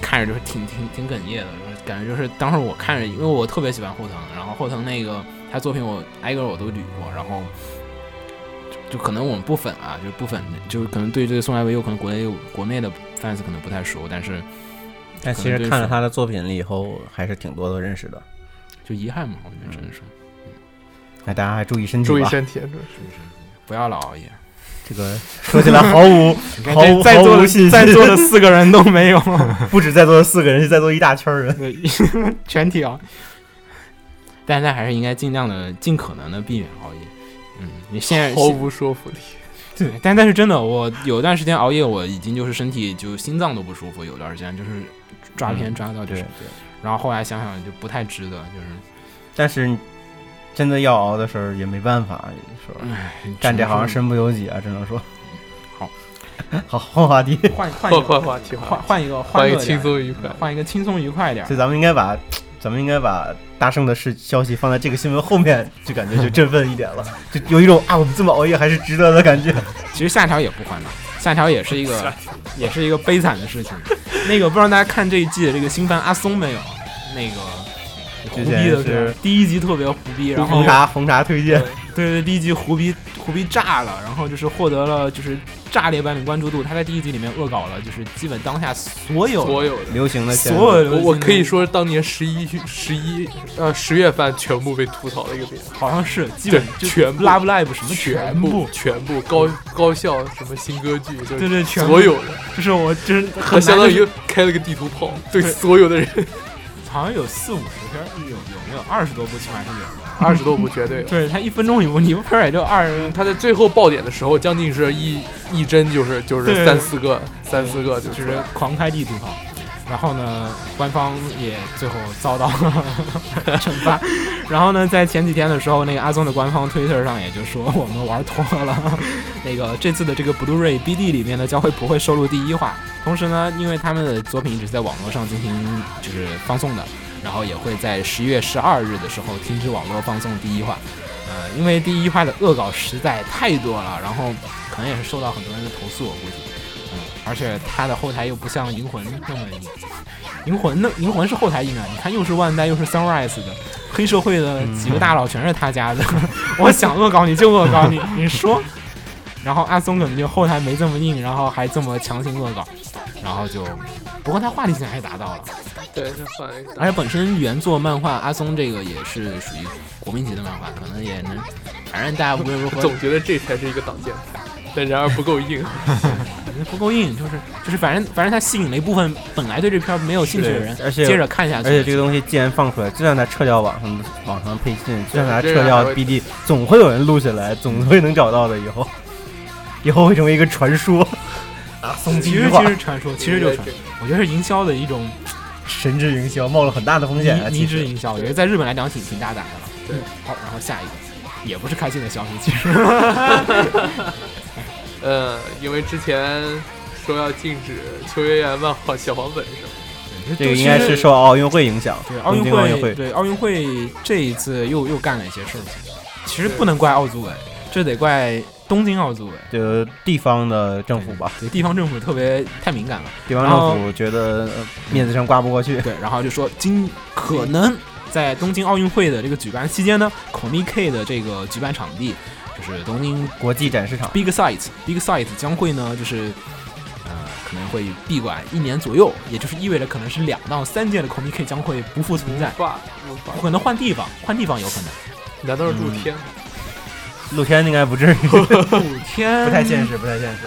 S2: 看着就是挺挺挺哽咽的，感觉就是当时我看着，因为我特别喜欢后藤，然后后藤那个他作品我挨个我都捋过，然后就就可能我们不粉啊，就是不粉，就是可能对这个宋来维有可能国内国内的 fans 可能不太熟，但是
S3: 但其实看了他的作品了以后，还是挺多的认识的。
S2: 就遗憾嘛，我觉得真的是
S3: 那哎大家还注意身体吧。
S5: 注意身体，
S2: 不要老熬夜。
S3: 这个说起来毫无 毫无
S4: 在
S3: 毫
S4: 座
S3: 无
S4: 的
S3: 信
S4: 在
S3: 心，
S4: 座的四个人都没有，
S3: 不止在座的四个人，是在座一大圈人。
S4: 对全体啊，
S2: 但是大家还是应该尽量的、尽可能的避免熬夜。嗯，你现在
S5: 毫无说服力。
S2: 对，但但是真的，我有段时间熬夜，我已经就是身体就心脏都不舒服，有段时间就是抓片抓到就是，
S3: 嗯对。
S2: 然后后来想想就不太值得，就是
S3: 但是真的要熬的时候也没办法，说
S2: 唉，
S3: 干这行
S2: 是
S3: 身不由己啊，只能说。
S2: 好，
S3: 好，换话题。
S2: 换换一
S5: 换
S2: 个
S5: 换话题，
S2: 换换一个
S5: 换
S2: 换
S5: 一
S2: 热
S5: 个
S2: 点
S5: 轻，松愉快。
S2: 换一个轻松愉快一点
S3: 所。以咱们应该把，咱们应该把大圣的事消息放在这个新闻后面，就感觉就振奋一点 了，就有一种啊，我们这么熬夜还是值得的感觉。
S2: 其实下条也不欢乐，下条也是一个也是一个悲惨的事情。那个不知道大家看这一季的这个新番阿松没有？那个胡
S3: 之
S2: 逼
S3: 前
S2: 的
S3: 是
S2: 第一集特别胡逼，然后
S3: 红茶红茶推荐，
S2: 对对，第一集胡逼胡逼炸了，然后就是获得了就是炸裂般的关注度。他在第一集里面恶搞了，就是基本当下所有
S5: 所有的。
S3: 流行的旋律
S2: 所有流
S5: 我
S2: 行
S5: 我可以
S2: 的
S5: 说，当年十一十一呃十月份全部被吐槽了一个遍，
S2: 好像是基本
S5: 对
S2: 就
S5: 全部
S2: Love Live 什么
S5: 全
S2: 部，
S5: 全部高高校什么新歌剧，就
S2: 对
S5: 是
S2: 对，全部
S5: 所有的，
S2: 就是我真是
S5: 他
S2: 很
S5: 相
S2: 难
S5: 当
S2: 就是
S5: 于开了个地图炮，对所有的人
S2: 好像有四五十篇，有有没有二十多部，起码是有的。
S5: 二十多部绝对。
S2: 对他一分钟一部，你一部片儿也就二十，
S5: 他在最后爆点的时候，将近是一一帧就是就
S2: 对
S5: 是三四个三四个就
S2: 就是是狂开地图炮。然后呢，官方也最后遭到惩罚。然后呢，在前几天的时候，那个阿宗的官方推特上也就说我们玩脱了。 那个这次的这个 Blu-ray BD 里面呢，将会不会收录第一话。同时呢，因为他们的作品一直在网络上进行就是放送的，然后也会在十一月十二日的时候停止网络放送第一话。呃，因为第一话的恶搞实在太多了，然后可能也是受到很多人的投诉，我估计。嗯，而且它的后台又不像银魂那么，银魂那银魂是后台硬啊，你看又是万代又是 Sunrise 的，黑社会的几个大佬全是他家的， 我想恶搞你就恶搞你， 你说。然后阿松可能就后台没这么硬，然后还这么强行恶搞，然后就，不过他话题性还是达到了，
S5: 对，这换一个
S2: 而且本身原作漫画阿松这个也是属于国民级的漫画，可能也能，反正大家无论如何
S5: 总觉得这才是一个挡箭牌，但然而不够硬。
S2: 不够硬，就是就是反正反正它吸引了一部分本来对这片儿没有兴趣的人，
S3: 而且
S2: 接着看下
S3: 而
S2: 去。
S3: 且这个东西既然放出来，就算它撤掉网上网上配信，就算它撤掉
S5: 这个还会
S3: BD，总会有人录下来，总会能找到的。以后，以后会成为一个传说，
S2: 总其实
S3: 计划
S2: 其实传 说，其实就是传说，我觉得是营销的一种
S3: 神之营销冒了很大的风险啊！
S2: 迷
S3: 其
S2: 迷之
S3: 实
S2: 营销，我觉得在日本来讲挺挺大胆的了。
S5: 对
S2: 嗯，好，然后下一个也不是开心的消息，其实
S5: 呃，因为之前说要禁止秋叶原漫画小黄本是吧？
S3: 这个应该是受奥运会影响，
S2: 对奥
S3: 东
S2: 运
S3: 京奥运
S2: 会，对奥运会这一次又又干了一些事情，其实不能怪奥组委，这得怪东京奥组委。
S3: 就地方的政府吧，
S2: 对地方政府特别太敏感了，
S3: 地方政府觉得呃面子上挂不过去，
S2: 对，然后就说今可能在东京奥运会的这个举办期间呢，Komi K 的这个举办场地就是东京
S3: 国际展示场
S2: Big Size Big Size 将会呢就是呃可能会闭馆一年左右，也就是意味着可能是两到三届的 Komi K 将会不复存在，
S5: 挂不挂
S2: 可能换地方，换地方有可能。
S5: 难道是露天？
S3: 露天应该不至于，
S2: 露天
S3: 不太现实，不太现实。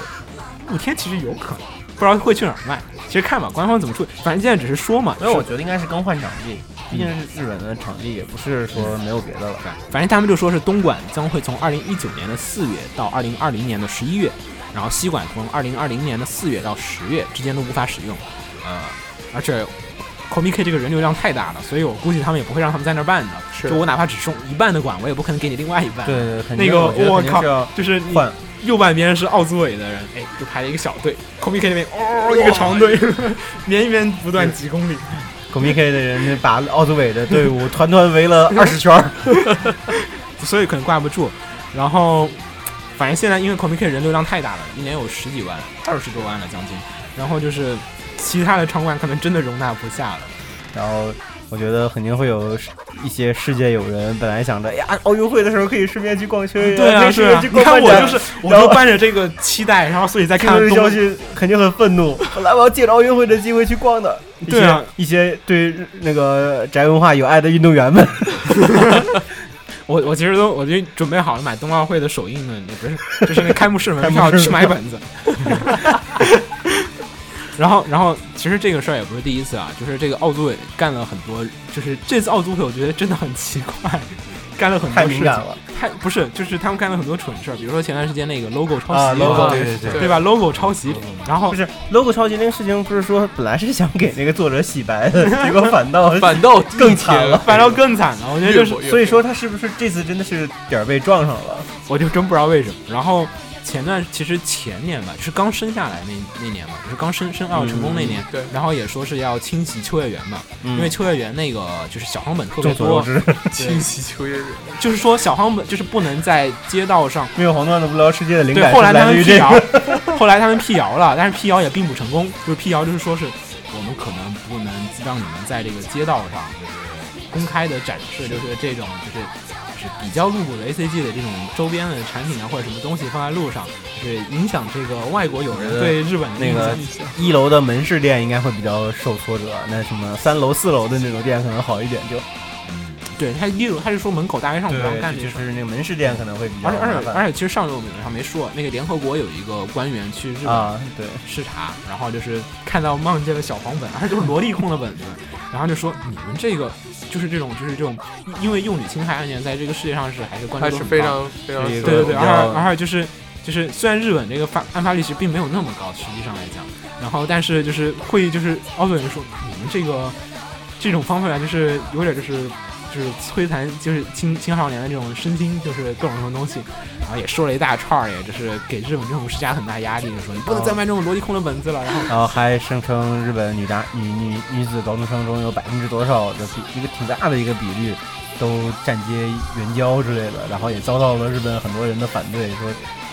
S2: 露天其实有可能，不知道会去哪儿卖。其实看吧，官方怎么处理，反正现在只是说嘛，
S3: 所以我觉得应该是更换场地，毕竟是日本的场地，也不是说没有别的了。
S2: 反正他们就说是东莞将会从二零一九年的四月到二零二零年的十一月，然后西莞从二零二零年的四月到十月之间都无法使用。呃，而且 Komi K 这个人流量太大了，所以我估计他们也不会让他们在那儿办的。
S5: 是
S2: 就我哪怕只送一半的馆，我也不可能给你另外一半。，
S3: 对对，
S2: 那个我靠，
S3: 要
S2: 就是你
S3: 换
S2: 右半边是奥组委的人，哎，就排了一个小队，Komi K 那边哦一个长队，绵绵不断几公里。
S3: Komi K 的人 把奥组委的队伍团团围 了二十圈儿，
S2: 所以可能挂不住。然后，反正现在因为 Comic 人流量太大了，一年有十几万、二十多万了将近。然后就是其他的场馆可能真的容纳不下了。
S3: 然后。我觉得肯定会有一些世界友人，本来想着，哎呀，奥运会的时候可以顺便去逛圈，
S2: 对
S3: 可
S2: 啊，
S3: 以
S2: 是啊
S3: 顺便去。逛
S2: 你看
S3: 漫
S2: 我
S3: 展
S2: 就是，我
S3: 然
S2: 就
S3: 后
S2: 伴着这个期待，然后所以在看
S3: 听这消
S2: 东。
S3: 息肯定很愤怒，本来我要借着奥运会的机会去逛的。
S2: 对啊
S3: 一些，一些对日那个宅文化有爱的运动员们，
S2: 我我其实都我就准备好了买冬奥会的首映的，也不是，就是那开幕式门票去买本子。然后，然后，其实这个事儿也不是第一次啊，就是这个奥组委干了很多，就是这次奥组委我觉得真的很奇怪，干了很多
S3: 太
S2: 事
S3: 敏
S2: 情。
S3: 感了
S2: 太不是，就是他们干了很多蠢事儿，比如说前段时间那个 logo 抄袭
S3: 啊！logo
S5: 对
S6: 对
S5: 对
S2: 对吧？logo 抄袭，然后
S3: 不是 logo 超级那个事情，不是说本来是想给那个作者洗白的，结果反 倒
S5: 反倒
S3: 更惨了
S2: 反倒更惨了，我觉得
S5: 越
S2: 就是
S5: 火越
S3: 所以说他是不是这次真的是点儿被撞上了？
S2: 我就真不知道为什么。然后前段其实前年吧，就是刚生下来那那年嘛，就是刚生生二成功那年，
S5: 对
S2: 然后也说是要清洗秋叶原嘛，
S3: 嗯
S2: 因为秋叶原那个就是小黄本特别
S3: 众所
S2: 多
S3: 周，知，
S5: 清洗秋叶原，
S2: 就是说小黄本就是不能在街道上。
S3: 没有黄段子不聊世界的灵
S2: 对，
S3: 感
S2: 后来
S3: 是
S2: 他
S3: 来自
S2: 们
S3: 于
S2: 辟
S3: 这
S2: 谣
S3: 个。，
S2: 后来他们辟谣了，但是辟谣也并不成功，就是辟谣就是说是我们可能不能让你们在这个街道上就是公开的展示，就是这种就是。就是比较露骨的 A C G 的这种周边的产品啊，或者什么东西放在路上，是影响这个外国友人对日本的
S3: 那个
S2: 印象
S3: 一楼的门市店应该会比较受挫折，那什么三楼、四楼的那种店可能好一点，就
S2: 对他，例如他是说门口大街上不让干这
S3: 就
S2: 事儿。
S3: 是那个门市店可能会比较
S2: 而且而
S3: 麻
S2: 且
S3: 烦
S2: 而且，其实上周我们好像没说，那个联合国有一个官员去日本
S3: 啊，对，
S2: 视察，然后就是看到漫界的小黄本，而且都是萝莉控的本子， 然后就说你们这个就是这种就是这种，因为幼女侵害案件在这个世界上是还是关注
S5: 还
S2: 度
S5: 是
S2: 很
S5: 非
S2: 高的
S5: 常非常
S3: 是一
S5: 受
S3: 个
S2: 对对对，
S5: 欢
S3: 比
S2: 而
S3: 较
S2: 且而且就是就是，虽然日本这个发案发率其实并没有那么高，实际上来讲，然后但是就是会就是奥本人说你们这个这种方法就是有点就是。就是摧残，就是青青少年的这种身心，就是各种什么东西，然后也说了一大串儿，也就是给日本这种施加很大压力，就说你不
S3: 嗯
S2: 能再卖这种逻辑控的本子了。然后
S3: 然后还声称日本女大女女女子高中生中有百分之多少的比一个挺大的一个比率都站街援交之类的，然后也遭到了日本很多人的反对，说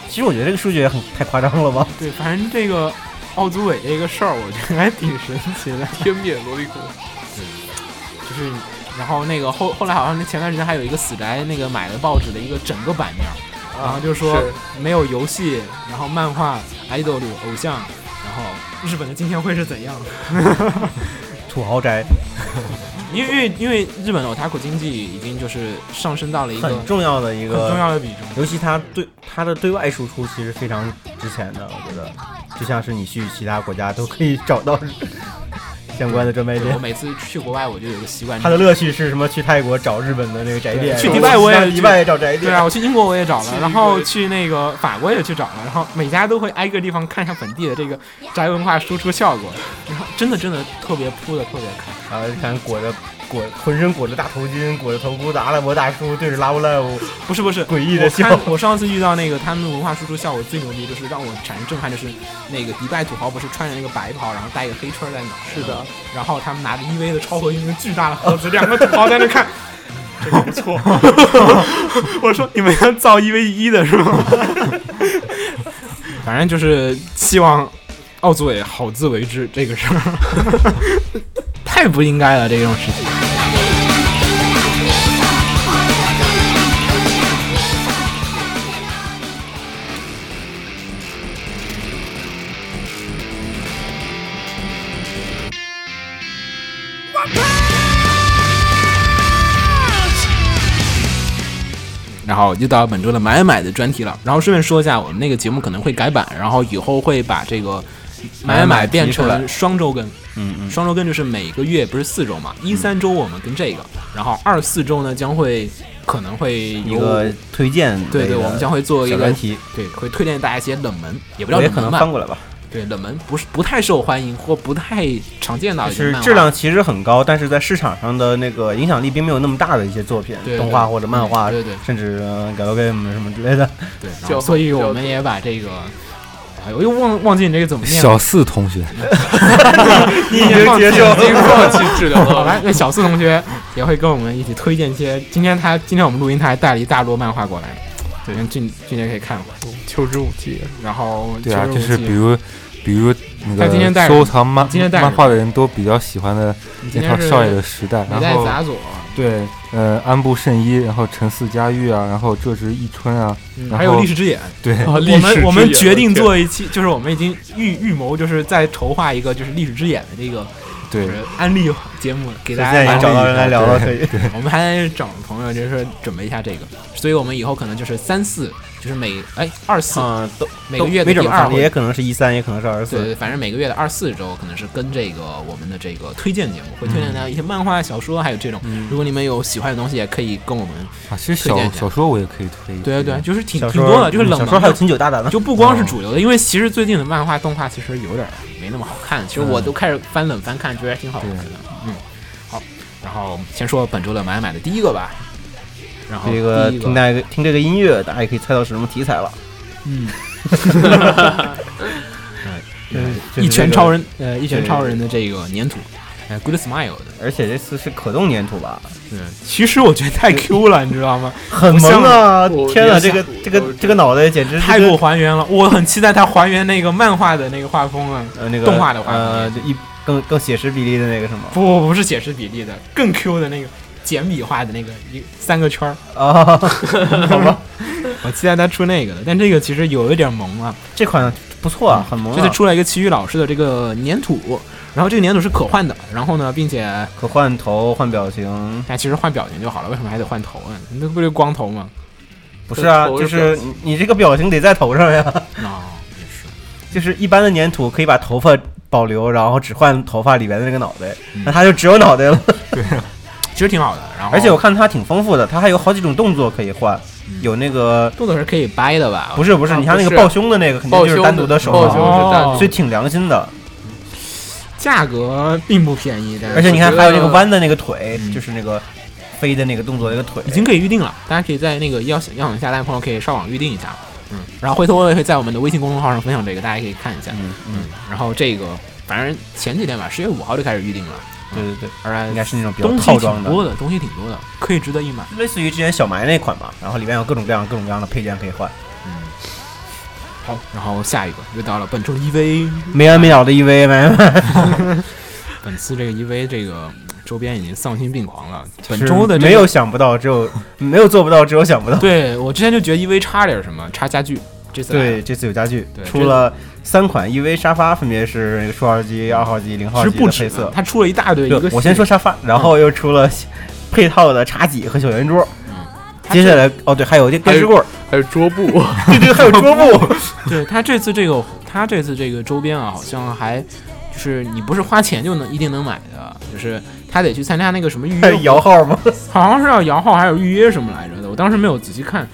S3: 其实我觉得这个数据也很太夸张了吧，
S2: 对，反正这个奥组委这个事儿，我觉得还挺神奇的。
S5: 天灭萝莉控，
S2: 就是，然后那个后后来好像前段时间还有一个死宅那个买了报纸的一个整个版面儿，然后就
S3: 啊
S2: 说
S5: 是
S2: 没有游戏，然后漫画、idol、偶像，然后日本的今天会是怎样？
S3: 土豪宅
S2: 因为因为因为日本的 otaku 经济已经就是上升到了一个
S3: 很重要的一
S2: 很重
S3: 个，
S2: 要的比重。
S3: 尤其它对它的对外输出其实非常值钱的，我觉得就像是你去其他国家都可以找到相关的专卖
S2: 对我
S3: 店。
S2: 每次去国外，我就有个习惯，
S3: 它的乐趣是什么？去泰国找日本的那个宅店，
S2: 去
S3: 然后
S2: 迪拜我也
S3: 上迪拜也找宅店。
S2: 对啊，我去英国我也找了，然
S5: 英国
S2: 后
S5: 也
S2: 去那个法国也去找了，然后每家都会挨个地方看一下本地的这个宅文化输出效果，然后真的真的特别铺的特别开。
S3: 然后看裹着裹浑身裹着大头巾、裹着头箍的阿拉伯大叔对着拉布莱姆，
S2: 不是不是，
S3: 诡异的
S2: 我
S3: 效
S2: 看
S3: 果
S2: 我上次遇到那个他们文化输出效果最牛逼，就是让我产生震撼，就是那个迪拜土豪不是穿着那个白袍，然后戴一个黑圈在脑袋
S5: 是的
S2: 上，然后他们拿着 EV 的超合金跟巨大的盒子，两个土豪在那 看。这个不错，我说你们要造 EV 一的是吗？ 反正就是希望奥组委好自为之这个事儿， 太不应该了这种事情。然后就到本周的买买的专题了。然后顺便说一下，我们那个节目可能会改版，然后以后会把这个买买变成双周更。
S3: 嗯嗯，
S2: 双周更就是每个月不是四周嘛，一三周我们跟这个，然后二四周呢将会可能会
S3: 一
S2: 有
S3: 个推荐类的
S2: 对对，我们将会做一
S3: 小
S2: 个
S3: 专题，
S2: 对，会推荐大家一些冷门，也不叫
S3: 我也
S2: 冷
S3: 可能
S2: 门
S3: 翻
S2: 吧，
S3: 过来吧。
S2: 对，冷门不是不太受欢迎或不太常见到
S3: 就
S2: 的一些
S3: 是
S2: 啊漫画
S3: 质量其实很高，但是在市场上的那个影响力并没有那么大的一些作品，
S2: 对对
S3: 动画或者漫画，
S2: 对对对
S3: 甚至呃 g a l game 什么之 类的。
S2: 对，然
S5: 较
S2: 后所以
S5: 较
S2: 我们也把这个，哎，我又忘忘记你这个怎么念了。
S6: 小四同学，
S3: 你 已经接受
S5: 已经放弃治疗
S2: 好
S5: 了。
S2: 吧，那小四同学也会跟我们一起推荐一些。今天他今天我们录音，他还带了一大摞漫画过来，对，俊俊杰可以看过。
S5: 求之无计，
S2: 然后
S6: 对啊，
S2: 秋
S6: 就
S2: 日
S6: 是
S2: 记
S6: 比如比如那
S2: 他今天带
S6: 个
S2: 着
S6: 收藏漫
S2: 今天带着
S6: 漫画的人都比较喜欢的
S2: 你今
S6: 那
S2: 天
S6: 套
S2: 是
S6: 少爷的时代，
S2: 美
S6: 然
S2: 代
S6: 后
S2: 杂佐，
S6: 对，呃，安部慎一，然后陈四佳玉啊，然后浙之一春啊，
S2: 嗯
S6: 然后
S2: 还有历史哦之眼。
S6: 对，
S3: 啊
S5: 我
S2: 我们我们决定做一期，就是我们已经预预谋，就是在筹划一个就是历史之眼的这个就
S6: 对
S2: 是安利节目，给大
S3: 现
S2: 家安
S3: 在已经
S2: 利
S3: 找到人来聊了，可以。
S2: 我们还得找朋友，就是准备一下这个，所以我们以后可能就是三四，就是每哎二四
S3: 嗯，都
S2: 每个月的
S3: 没
S2: 第
S3: 准
S2: 二
S3: 吧，
S2: 回
S3: 也可能是一三，也可能是二
S2: 对
S3: 十四。
S2: 对，反正每个月的二四周可能是跟这个我们的这个推荐节目，会推荐大家一些漫画、小说，还有这种。如果你们有喜欢的东西，也可以跟我们。
S6: 啊，其实
S2: 推荐
S6: 小
S2: 一下
S6: 小说我也可以推，
S2: 对对啊对，就是挺
S3: 小
S2: 挺
S3: 说嗯
S2: 多的，就是冷
S3: 小
S2: 门
S3: 说还有嗯
S2: 的，
S3: 秦九大胆呢。
S2: 就不光是主流的，因为其实最近的漫画、动画其实有点儿没那么好看。其实我都开始翻冷翻看，觉得还挺好看的。嗯，好，然后先说本周的买买的第一个吧。然后
S3: 这个
S2: 第一
S3: 听 大家听这个音乐，大家也可以猜到是什么题材了。嗯，
S2: 一拳超人，
S3: 呃，
S2: 一拳超人的这个粘土，哎，Good Smile 的。
S3: 而且这次是可动粘土吧？
S2: 嗯，其实我觉得太 Q 了，你知道吗？
S3: 很
S2: 不像
S3: 萌啊
S5: 我！
S3: 天哪，
S5: 我
S3: 这个
S5: 我
S3: 这个这个脑袋简直
S2: 太过还原了，我很期待它还原那个漫画的那个画风啊！
S3: 呃那个
S2: 动画的话
S3: 呃就一更更写实比例的那个什么，
S2: 不不不是写实比例的，更 Q 的那个简笔画的那个一三个圈儿，
S5: 哦
S3: 啊，好吧，
S2: 我期待他出那个的。但这个其实有一点萌啊，
S3: 这款不错啊，很萌
S2: 这次
S3: 啊，
S2: 出了一个奇遇老师的这个粘土，然后这个粘土是可换的，然后呢，并且
S3: 可换头换表情，
S2: 但其实换表情就好了，为什么还得换头呢？那不就光头吗？
S3: 不是啊，
S5: 头
S3: 就是是你你这个表情得在头上呀，
S2: 啊、也是。
S3: 就是一般的粘土可以把头发保留，然后只换头发里面的那个脑袋，
S5: 嗯
S3: 那它就只有脑袋 了。
S2: 其实挺好的。然后，
S3: 而且我看它挺丰富的，它还有好几种动作可以换，有那个
S2: 动作是可以掰的吧？
S3: 不是不是，
S5: 嗯啊
S3: 你像那
S5: 不
S3: 个
S5: 是
S3: 抱胸的那个肯定
S5: 抱
S3: 就
S5: 胸
S3: 是单独的手啊
S5: 抱
S3: 嘛
S5: 胸
S2: 哦
S5: 是单独
S3: 所以挺良心的。
S2: 价格并不便宜，但是
S3: 而且你看
S5: 我觉
S3: 还
S5: 得嗯
S3: 有那个弯的那个腿，就是那个飞的那个动作那个腿，
S2: 已经可以预定了，大家可以在那个邀请邀请下单的朋友可以上网预定一下。嗯，然后回头我也会在我们的微信公众号上分享这个，大家可以看一下。
S3: 嗯嗯，
S2: 然后这个反正前几天吧，十月五号就开始预定了，
S3: 对对对，
S2: 而且
S3: 应该是那种比较
S2: 东西
S3: 套装
S2: 挺
S3: 的，
S2: 多的，东西挺多的，可以值得一买。
S3: 类似于之前小埋那款吧，然后里面有各种各样各种各样的配件可以换，
S2: 好，然后下一个又到了本周的 E EV，
S3: 没完没了的 EV 没，
S2: 本次这个 EV 这个周边已经丧心病狂了。本周的这个
S3: 没有想不到，只有没有做不到，只有想不到。
S2: 对我之前就觉得 EV 差点什么，差家具，这次来了
S3: 对，这次有家具
S2: 对
S3: 出了三款 EV 沙发，分别是那个初号机、二号机、零
S2: 其
S3: 号
S2: 实
S3: 机的
S2: 不
S3: 配
S2: 止
S3: 色
S2: 呢，。它出了一大堆。一
S3: 对
S2: 个，
S3: 我先说沙发，然后又出了配套的茶几和小圆桌。
S2: 它
S3: 接
S2: 这
S3: 下来哦，对，还有这电视棍儿，
S5: 还有桌布，
S3: 对对，还有桌布。
S2: 对它这次这个它这次这个周边啊，好像还就是你不是花钱就能一定能买的，就是他得去参加那个什么预
S3: 还有
S2: 约，
S3: 摇号吗？
S2: 好像是要摇号还有预约什么来着的，我当时没有仔细看。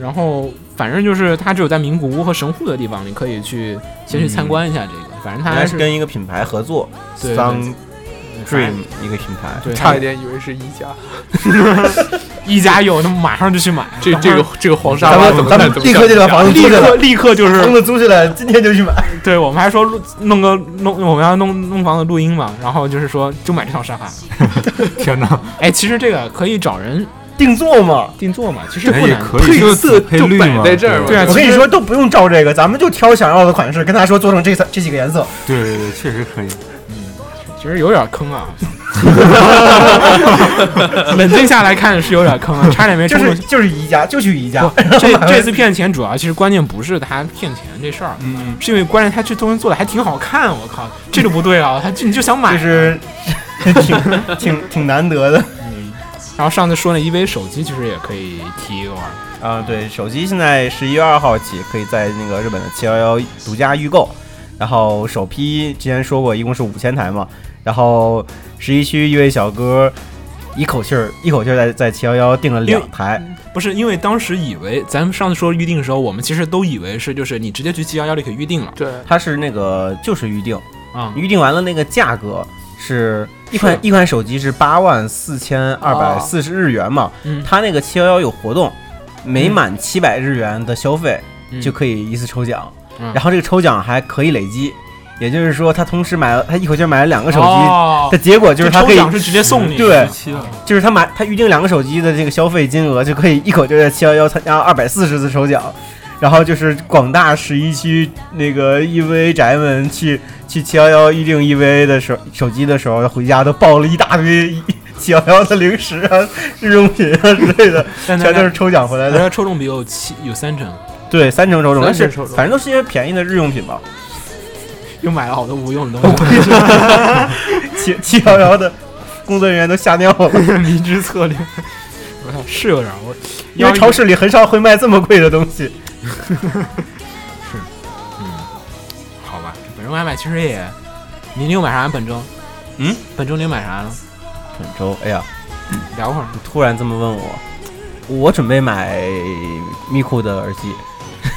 S2: 然后反正就是它只有在名古屋和神户的地方，你可以去先去参观一下这个。反正它
S3: 原来
S2: 还
S3: 是跟一个品牌合作
S2: 对对
S3: ，Sun
S2: 反正
S3: Dream 一个品牌。
S2: 对
S5: 差一点以为是一家。
S2: 一家有，那么马上就去买。
S5: 这这个这个黄沙
S3: 咱
S5: 发
S3: 们
S5: 怎么
S3: 咱
S5: 办？
S3: 们
S5: 怎么
S3: 立刻
S5: 办
S3: 就把房子
S2: 立
S3: 租下来
S2: 刻，立刻就是
S3: 房子租下来，今天就去买。
S2: 对，我们还说录弄个弄，我们要弄弄房子录音嘛，然后就是说就买这套沙发。
S6: 天哪，
S2: 哎，其实这个可以找人
S3: 定做嘛。
S2: 定做嘛，其实
S6: 哎
S2: 不
S6: 也
S2: 难。
S6: 可以，就是
S5: 色
S6: 紫配
S5: 就
S6: 绿
S5: 摆
S6: 嘛，
S5: 在这儿嘛
S2: 对啊
S3: 我跟你说，都不用照这个，咱们就挑想要的款式，跟他说做成这三这几个颜色。
S6: 对对对，确实可以。
S2: 其实有点坑啊。 冷静下来看是有点坑 啊，差点没
S3: 就
S2: 冲
S3: 是
S2: 过去。
S3: 就是宜家，就去宜家。
S2: 这这次骗钱主要其实关键不是他骗钱这事儿，
S6: 嗯，
S2: 是因为关键他这东西做的还挺好看，我靠，这就不对 啊，他就你就想买。
S3: 就是 挺挺挺难得的
S2: 然后上次说那 EV 手机其实也可以提一个玩儿，
S3: 啊。对，手机现在十一月二号起可以在那个日本的七幺幺独家预购，然后首批之前说过一共是五千台嘛，然后十一区一位小哥一口气儿一口气儿在在七幺幺订了两台，
S2: 不是因为当时以为咱们上次说预定的时候，我们其实都以为是就是你直接去七幺幺就可以预定了
S5: 对，
S3: 它是那个就是预定，
S2: 啊、
S3: 预定完了那个价格是一款一款手机是八万四千二百四十日元嘛，
S2: 嗯
S3: 它那个七幺幺有活动，每满七百日元的消费
S2: 嗯
S3: 就可以一次抽奖，
S2: 嗯
S3: 然后这个抽奖还可以累积，也就是说他同时买了他一口气儿买了两个手机，
S2: 哦
S3: 的结果就是他可
S2: 抽
S3: 以
S2: 奖是直接送你，
S3: 对
S6: 七了，
S3: 就是他买他预定两个手机的这个消费金额就可以一口就在七幺幺参加二百四十次抽奖，然后就是广大十一区那个 EVA 宅们去去七幺幺预定 EVA 的时候手机的时候回家都抱了一大堆七幺幺的零食啊、日用品啊之类 的，
S2: 但
S3: 全都是抽奖回来
S2: 但
S3: 的。
S2: 它抽中比有七有三成，
S3: 对，三成抽中，
S5: 三
S3: 但
S5: 成
S3: 是
S5: 抽中
S3: 反正都是一些便宜的日用品吧。
S2: 又买了好多无用的东西，
S3: 七七幺幺的工作人员都吓尿 了，
S2: 迷之策略。我想是有点儿，我
S3: 因为超市里很少会卖这么贵的东西。
S2: 好吧，本周买买其实也，你你又买啥？本周，
S3: 嗯，
S2: 本周你又买啥了？
S3: 本周，哎呀，
S2: 聊会儿。
S3: 突然这么问我，我准备买 Miku 的耳机。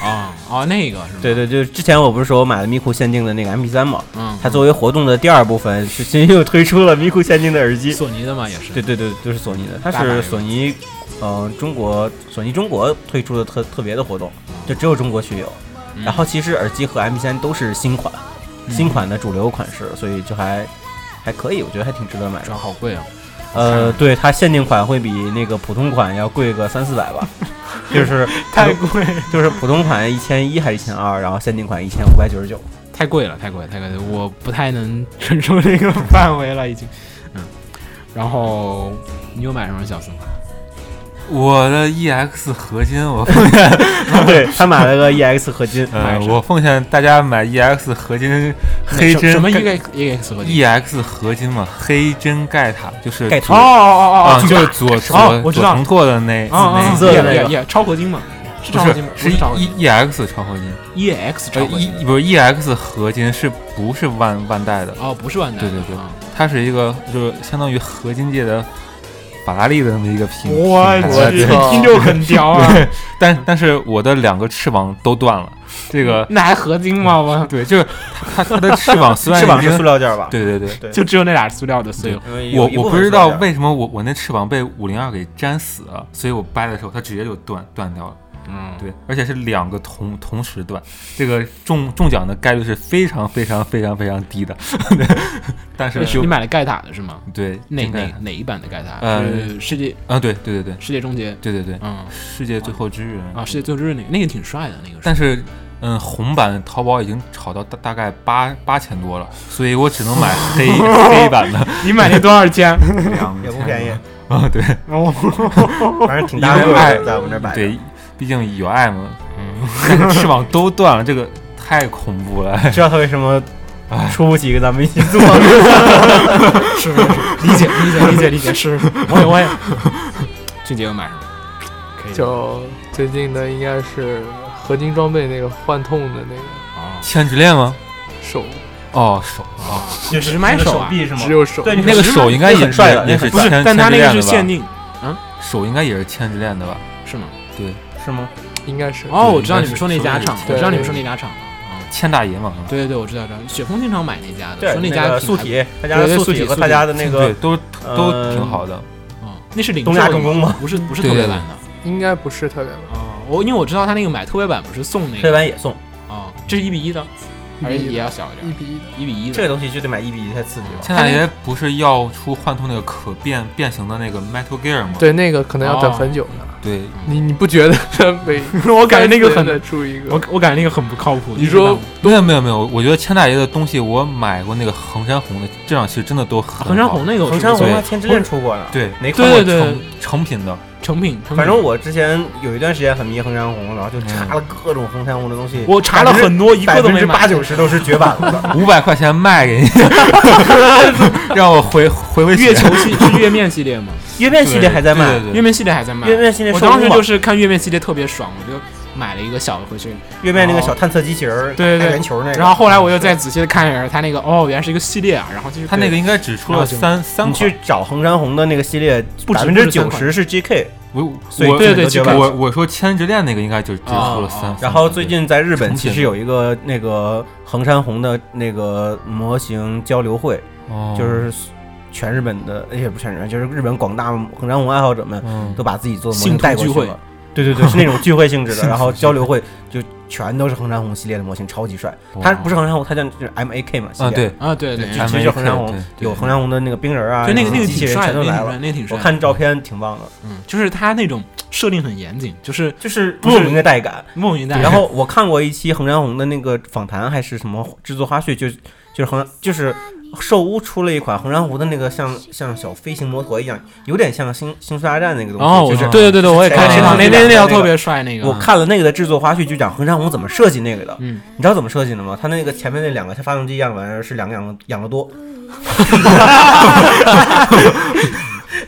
S2: 啊 哦，那个是吗？
S3: 对，对，就是之前我不是说我买了 Miku 限定的那个 MP3 嘛，
S2: 嗯，
S3: 它作为活动的第二部分，是新又推出了 Miku 限定的耳 机。
S2: 索尼的嘛也是。
S3: 对对对，就是索尼的，它
S2: 大牌
S3: 是
S2: 的
S3: 索尼，呃，中国索尼中国推出的特特别的活动，就只有中国区有。
S2: 嗯
S3: 然后其实耳机和 MP3 都是新款，新款的主流款式，所以就还还可以，我觉得还挺值得买的
S2: 主。要好贵啊。
S3: 呃，对，它限定款会比那个普通款要贵个三四百 吧，就是
S2: 太贵，
S3: 就是普通款一千一还是一千二，然后限定款一千五百九十九。
S2: 太贵了，太贵了，太贵了， 我不太能承受这个范围了，已经。嗯，然后你有买什么小松？
S6: 我的 EX 合金，我，
S3: 对嗯他买了个 EX 合金
S6: 呃，我奉劝大家买 EX 合金黑
S2: 什
S6: 针
S2: 什么
S6: 盖
S2: EX EX 合金？
S6: EX 合金嘛，黑针盖塔就是
S3: 盖
S6: 左
S3: 塔
S2: 哦
S6: 啊，就是左左
S2: 哦我
S6: 左
S2: 知道
S6: 藤拓的那
S2: 啊
S6: 那 E
S3: 紫色的那
S2: 也
S3: 个
S2: 也超合金嘛，是
S6: 不
S2: 超合金吗？
S6: 是
S2: 不
S6: 是
S2: 超合金
S6: E EX 超合金，
S2: ，EX
S6: 呃
S2: 超合金。
S6: E 不是 EX 合金是不是万万代的？
S2: 哦，不是万代的，
S6: 对对对
S2: 啊
S6: 它是一个就是相当于合金界的法拉利的那么一个品品
S4: 我
S6: 牌。
S4: 去，
S6: 对
S5: 操
S4: 听就很屌啊！
S6: 对，但但是我的两个翅膀都断了，这个
S4: 那还合金吗？ 我
S6: 对，就是它它它的翅膀虽然
S3: 翅膀
S6: 已
S3: 是
S6: 经
S3: 塑料件儿吧？
S6: 对对对，
S4: 就只有那俩塑料的碎了。
S3: 对
S6: 我我不知道为什么我我那翅膀被五零二给粘死了，所以我掰的时候它直接就断断掉了。
S2: 嗯，
S6: 对，而且是两个同同时断，这个中中奖的概率是非常非常非常非常低的。但是
S2: 你买了盖塔的是吗？
S6: 对
S2: 哪
S6: 应该
S2: 哪哪一版的盖塔？
S6: 呃
S2: 是世界
S6: 啊对对对对
S2: 世界终结，
S6: 对对对，
S2: 嗯
S6: 世界最后之日
S2: 啊，世界最后之日那个那个挺帅的那个是，
S6: 但是，嗯，红版淘宝已经炒到大大概八八千多了，所以我只能 买黑黑版的
S4: 你买那多少钱？
S6: 两
S3: 也不便宜
S6: 宜啊。对
S3: 反正挺大
S6: 因为
S3: 个
S6: 爱
S3: 儿，在我们这儿摆着。
S6: 对，毕竟有爱嘛，嗯 但是翅膀都断了，这个太恐怖了。
S3: 知道他为什么出不起跟咱们一起做？
S2: 是是是，理解理解理解理解，是，是我也我也。俊杰有买什么？可以
S5: 就最近的应该是合金装备那个幻痛的那个
S2: 啊，
S6: 千之恋吗？
S5: 手，
S6: 哦，手
S3: 就
S2: 只买手啊
S3: 臂是
S5: 只有手。
S3: 对，
S6: 那个手应该
S3: 那个
S6: 也
S3: 很帅的
S6: 也是
S3: 那个很
S2: 不是
S6: 千，
S2: 但他那个是
S6: 千之
S2: 限
S6: 恋的吧
S2: 定，
S6: 手应该也是千之恋的吧？
S2: 是吗？
S3: 是吗？
S5: 应该是
S2: 哦，我知道你们说那家厂，
S5: 对
S2: 我知道你们说那家厂了。
S6: 千大爷嘛，
S2: 对对对，我知道，知道。雪峰经常买那家的，
S3: 对
S2: 说，
S3: 那
S2: 家
S3: 个
S2: 挺
S3: 素
S2: 还，
S3: 体，他家的
S2: 对对
S3: 素
S2: 素
S3: 体
S2: 体
S3: 和
S2: 素
S3: 他
S2: 体
S3: 家的那
S6: 嗯对
S3: 个，
S6: 都都挺好的。
S2: 嗯，那是零售
S3: 东亚重
S2: 的
S3: 工
S2: 吗，
S3: 嘛，
S2: 不是不是
S6: 对
S2: 特别
S6: 对
S2: 版的。
S5: 应该不是特别吧，
S2: 哦，我因为我知道他那个买特别版不是送那
S3: 这
S2: 个
S3: 版也送。
S2: 啊，这是一比一的，还是也要小一
S5: 一
S2: 点，
S5: 比一的。
S2: 一比一
S3: 这个
S2: 的。
S3: 东西就得买一比一才刺激
S2: 嗯
S3: 吧。
S6: 千大爷不是要出幻痛那个可变变形的那个 Metal Gear 吗？
S5: 对，那个可能要等
S3: 哦
S5: 很久呢。
S6: 对，
S5: 你你不觉得 每
S4: 我感觉那个很，
S5: 得出一个
S4: 我？我感觉那个很不靠谱。
S5: 你说
S6: 没有没有没有，我觉得千大爷的东西我买过那个衡山红的，这两期真的都很
S2: 衡山红
S6: 的，
S2: 那个我
S3: 衡
S2: 是
S3: 山
S2: 不
S3: 红
S2: 错
S3: 啊，千之恋出过呢。，
S6: 对，
S3: 没看过
S6: 对
S2: 对对
S6: 对成成品的，
S2: 成品，成品
S3: 反正 我之前有一段时间很迷衡山红，然后就查了各种衡山红的东西，
S2: 嗯我查了很多，一
S3: 百
S2: 个都
S3: 分
S2: 没
S3: 之
S2: 买。
S3: 八九十都是绝版 了的。
S6: 五百块钱卖给你， 让我回回回
S2: 月球系是月面系列 吗？
S3: 月面系列还在卖，
S2: 月面系列还在卖。
S3: 月面系列
S2: 我
S3: 收
S2: 当时
S3: 工嘛
S2: 就是看月面系列特别爽，我就买了一个小的回去，
S3: 月面那个小探测机器人儿，
S2: 哦对对对
S3: 大圆球那个。
S2: 然后后来我又再仔细的看一下，它那个哦，原来是一个系列啊，然后就是
S6: 他那个应该只出了三三
S3: 你
S6: 款
S3: 去，找衡山红的那个系列，
S2: 不止
S3: 百分之九十是 GK，
S6: 我
S3: 所以
S6: 我
S2: 对
S3: 很多
S2: 对
S3: 绝
S2: 对
S3: 版。
S6: 我我说千之恋那个应该就只出了三
S2: 哦哦
S6: 三，
S3: 然后最近在日本
S6: 重写
S3: 其实有一个那个衡山红的那个模型交流会，
S6: 哦
S3: 就是全日本的，也不是全日本，就是日本广大衡山红爱好者们
S6: 嗯
S3: 都把自己做的模
S2: 信
S3: 型
S2: 徒
S3: 带过去
S2: 聚会
S3: 了。对对对，是那种聚会性质
S6: 信
S3: 的，
S6: 徒
S3: 然后
S6: 聚会
S3: 交流会就全都是衡山红系列的模型，超级帅。它不是衡山红，它叫就是 M A K 嘛，系
S6: 啊
S3: 列
S6: 对，
S2: 啊，对对，
S3: 对
S2: 对
S3: 就
S6: 啊
S3: 其实
S6: 没
S3: 就衡山
S6: 对
S3: 红
S6: 对
S3: 有衡山红的那个冰人啊，
S2: 就那个那个
S3: 机
S2: 挺
S3: 器人
S2: 帅
S3: 全
S2: 的，
S3: 都
S2: 那个挺帅
S3: 来
S2: 的，。
S3: 了
S2: 那个挺帅
S3: 我
S2: 的。
S3: 看照片挺棒的，
S2: 嗯，就是它那种设定很严谨，就是
S3: 就是莫名的带感。
S2: 梦一代。
S3: 然后我看过一期衡山红的那个访谈，还是什么制作花絮，就就是衡就是寿屋出了一款衡山湖的那个像像小飞行摩托一样，有点像星星球大战那个东西。
S2: 哦，我
S3: 就是
S2: 对对对对，我也看那
S6: 谁谁
S2: 套，那
S3: 谁
S2: 那
S3: 谁
S2: 套
S3: 谁
S2: 特别帅那个。
S3: 我看了那个的制作花絮，就讲衡山红怎么设计那个的。
S2: 嗯，
S3: 你知道怎么设计的吗？它那个前面那两个像发动机一样的玩意儿是两个养乐养 乐多。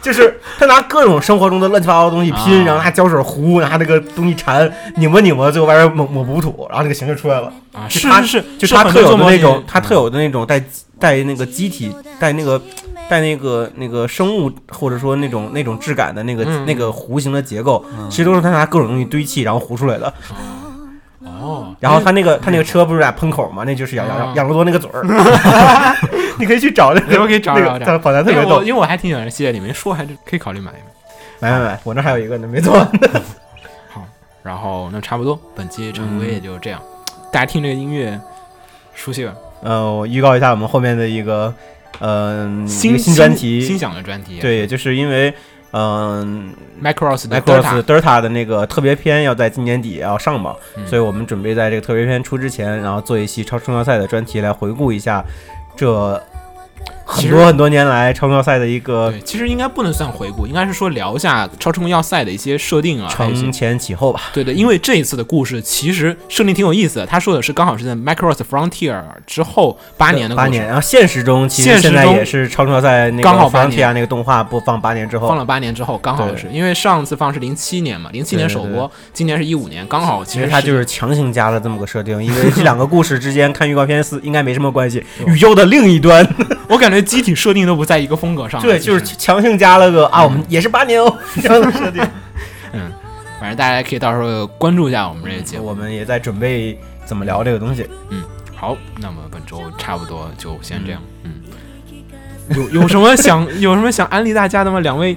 S3: 就是他拿各种生活中的乱七八糟的东西拼，
S2: 啊
S3: 然后拿胶水糊，拿那个东西缠拧吧拧吧，最后外边抹抹补土，然后那个形就出来了。
S2: 啊，
S3: 就是它
S2: 是是，
S3: 就是它
S2: 很多
S3: 特有
S2: 做
S3: 的
S2: 梦
S3: 那
S2: 也
S3: 种，它特有的那种带带那个机体、带那个带那个那个生物或者说那种那种质感的那个、
S2: 嗯
S3: 那个弧形的结构，其实都是它拿各种东西堆砌然后糊出来的。
S2: 哦，
S3: 然后它那个它那个车不是俩喷口吗？那就是养
S2: 啊
S3: 养养乐多那 个嘴儿。 你可以去找那
S2: 哎
S3: 个，
S2: 我可以找
S3: 那
S2: 找
S3: 个
S2: 找。
S3: 它访谈特
S2: 因
S3: 别
S2: 为
S3: 逗
S2: 我。因为我还挺喜欢这系列，你没说，还是可以考虑买一买。
S3: 买买买，我那还有一个呢，哎没做 完。
S2: 然后那差不多，本期常规也就这样。大家听这个音乐熟悉吧？
S3: 呃，我预告一下我们后面的一个，嗯，一个
S2: 新
S3: 新专辑，
S2: 新想的专题，
S3: 对，也就是因为，嗯、
S2: ，Macross 的
S3: Macross
S2: Delta，
S3: Delta 的那个特别篇要在今年底也要上榜，
S2: 嗯
S3: 所以我们准备在这个特别篇出之前，然后做一期超冲要赛的专题来回顾一下这
S2: 其
S3: 很
S2: 实
S3: 多很多年来超重要赛的一个
S2: 对，其实应该不能算回顾，应该是说聊一下超时空要塞的一些设定啊，还有一些
S3: 承前启后吧。
S2: 对的，因为这一次的故事其实设定挺有意思的，他说的是刚好是在 Micros Frontier 之后八年的故
S3: 八
S2: 事，
S3: 年，然后现实中其
S2: 现
S3: 实
S2: 实
S3: 现在
S2: 中
S3: 也是超重要赛那个
S2: 刚好
S3: f r
S2: 八
S3: o n
S2: 年
S3: t i 那个动画播放八年之
S2: 放
S3: 后，
S2: 了八年之后，刚好
S3: 哦对
S2: 是因为上次放是零七年嘛，零七年
S3: 对对
S2: 首播，今年是一五年，刚好其
S3: 其实
S2: 实
S3: 它就是强行加了这么个设定，因为这两个故事之间看预告片是应该没什么关系。宇宙的另一端，
S2: 我感觉机体设定都不在一个风格上了，
S3: 对，
S2: 其
S3: 就
S2: 实
S3: 是强行加了个啊，我们也是八年 哦这样的设定。
S2: 反正大家可以到时候关注一下我们这个节目。
S3: 我们也在准备怎么聊这个东西。
S2: 好，那么本周差不多就先这样，嗯。有有什么想 有什么想安利大家的吗？两位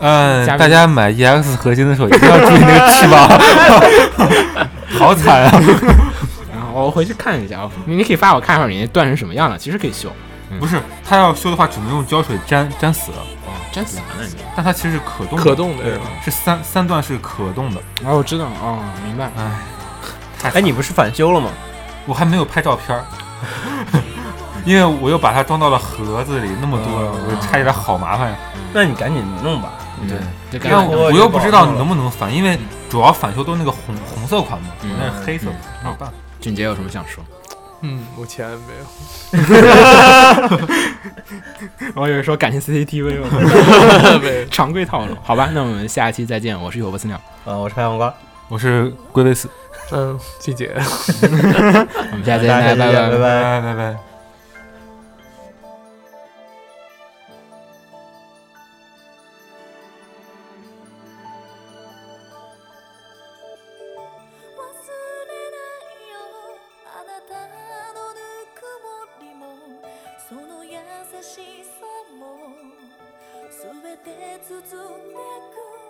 S6: 嗯
S2: 加，
S6: 大家买 EX 核心的时候一定要注意那个翅膀， 好惨啊！
S2: 啊，我回去看一下啊，你你可以发我看一下你那断成什么样了，其实可以修。
S6: 不是，它要修的话只能用胶水粘粘死了，
S2: 哦真死了你！
S6: 但它其实是可动的，
S5: 可动的是吧
S6: 是三三段是可动的。
S2: 啊，我知道哦，明白。
S6: 哎，
S3: 哎，你不是返修了吗？
S6: 我还没有拍照片儿， 因为我又把它装到了盒子里，那么多，我就拆起来好麻烦呀。
S3: 那你赶紧弄吧。
S6: 对，
S2: 这
S6: 但
S2: 干
S3: 嗯让
S2: 了
S6: 我我又不知道
S3: 我
S6: 能不能返，因为主要返修都是那个红红色款嘛，
S2: 嗯
S6: 那是黑色的，
S2: 嗯
S6: 没有办法。
S2: 俊杰有什么想 说？
S5: 嗯，目 前没有。
S2: 我以为说感谢 CCTV
S5: 对
S2: 了， 常规套路。好吧，那我们下期再见。我是有波斯鸟，
S3: 呃，我是拍黄瓜，
S6: 我是龟贝斯，
S5: 嗯，季姐。
S2: 我们下期再
S3: 哎大
S2: 见，拜
S3: 家再见拜
S2: 拜。
S3: 拜。
S6: 拜拜拜。
S1: 忘れないよあなたのぬくもりもその優しさも全て包んでく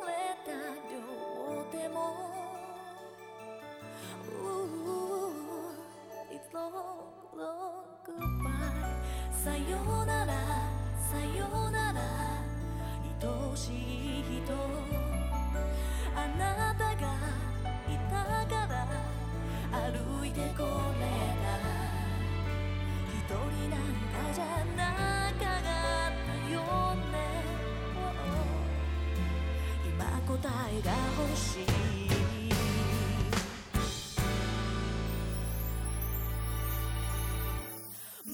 S1: れた両手も Ooh, It's long, long goodbye さよならさよなら愛しい人あなたがいたから歩いてこれた一人なんかじゃなかったよね Oh 今答えが欲しい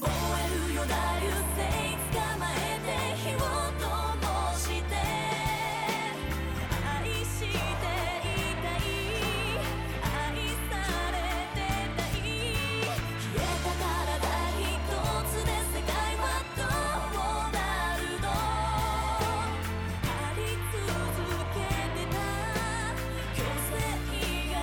S1: 燃えるよ大流星捕まえて火を灯して愛していたい愛されてたい消えた体一つで世界はどうなるのあり続けてた虚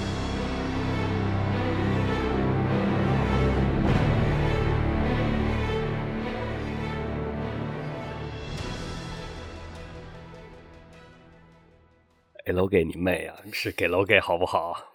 S7: 给楼给你妹啊！是给楼给好不好？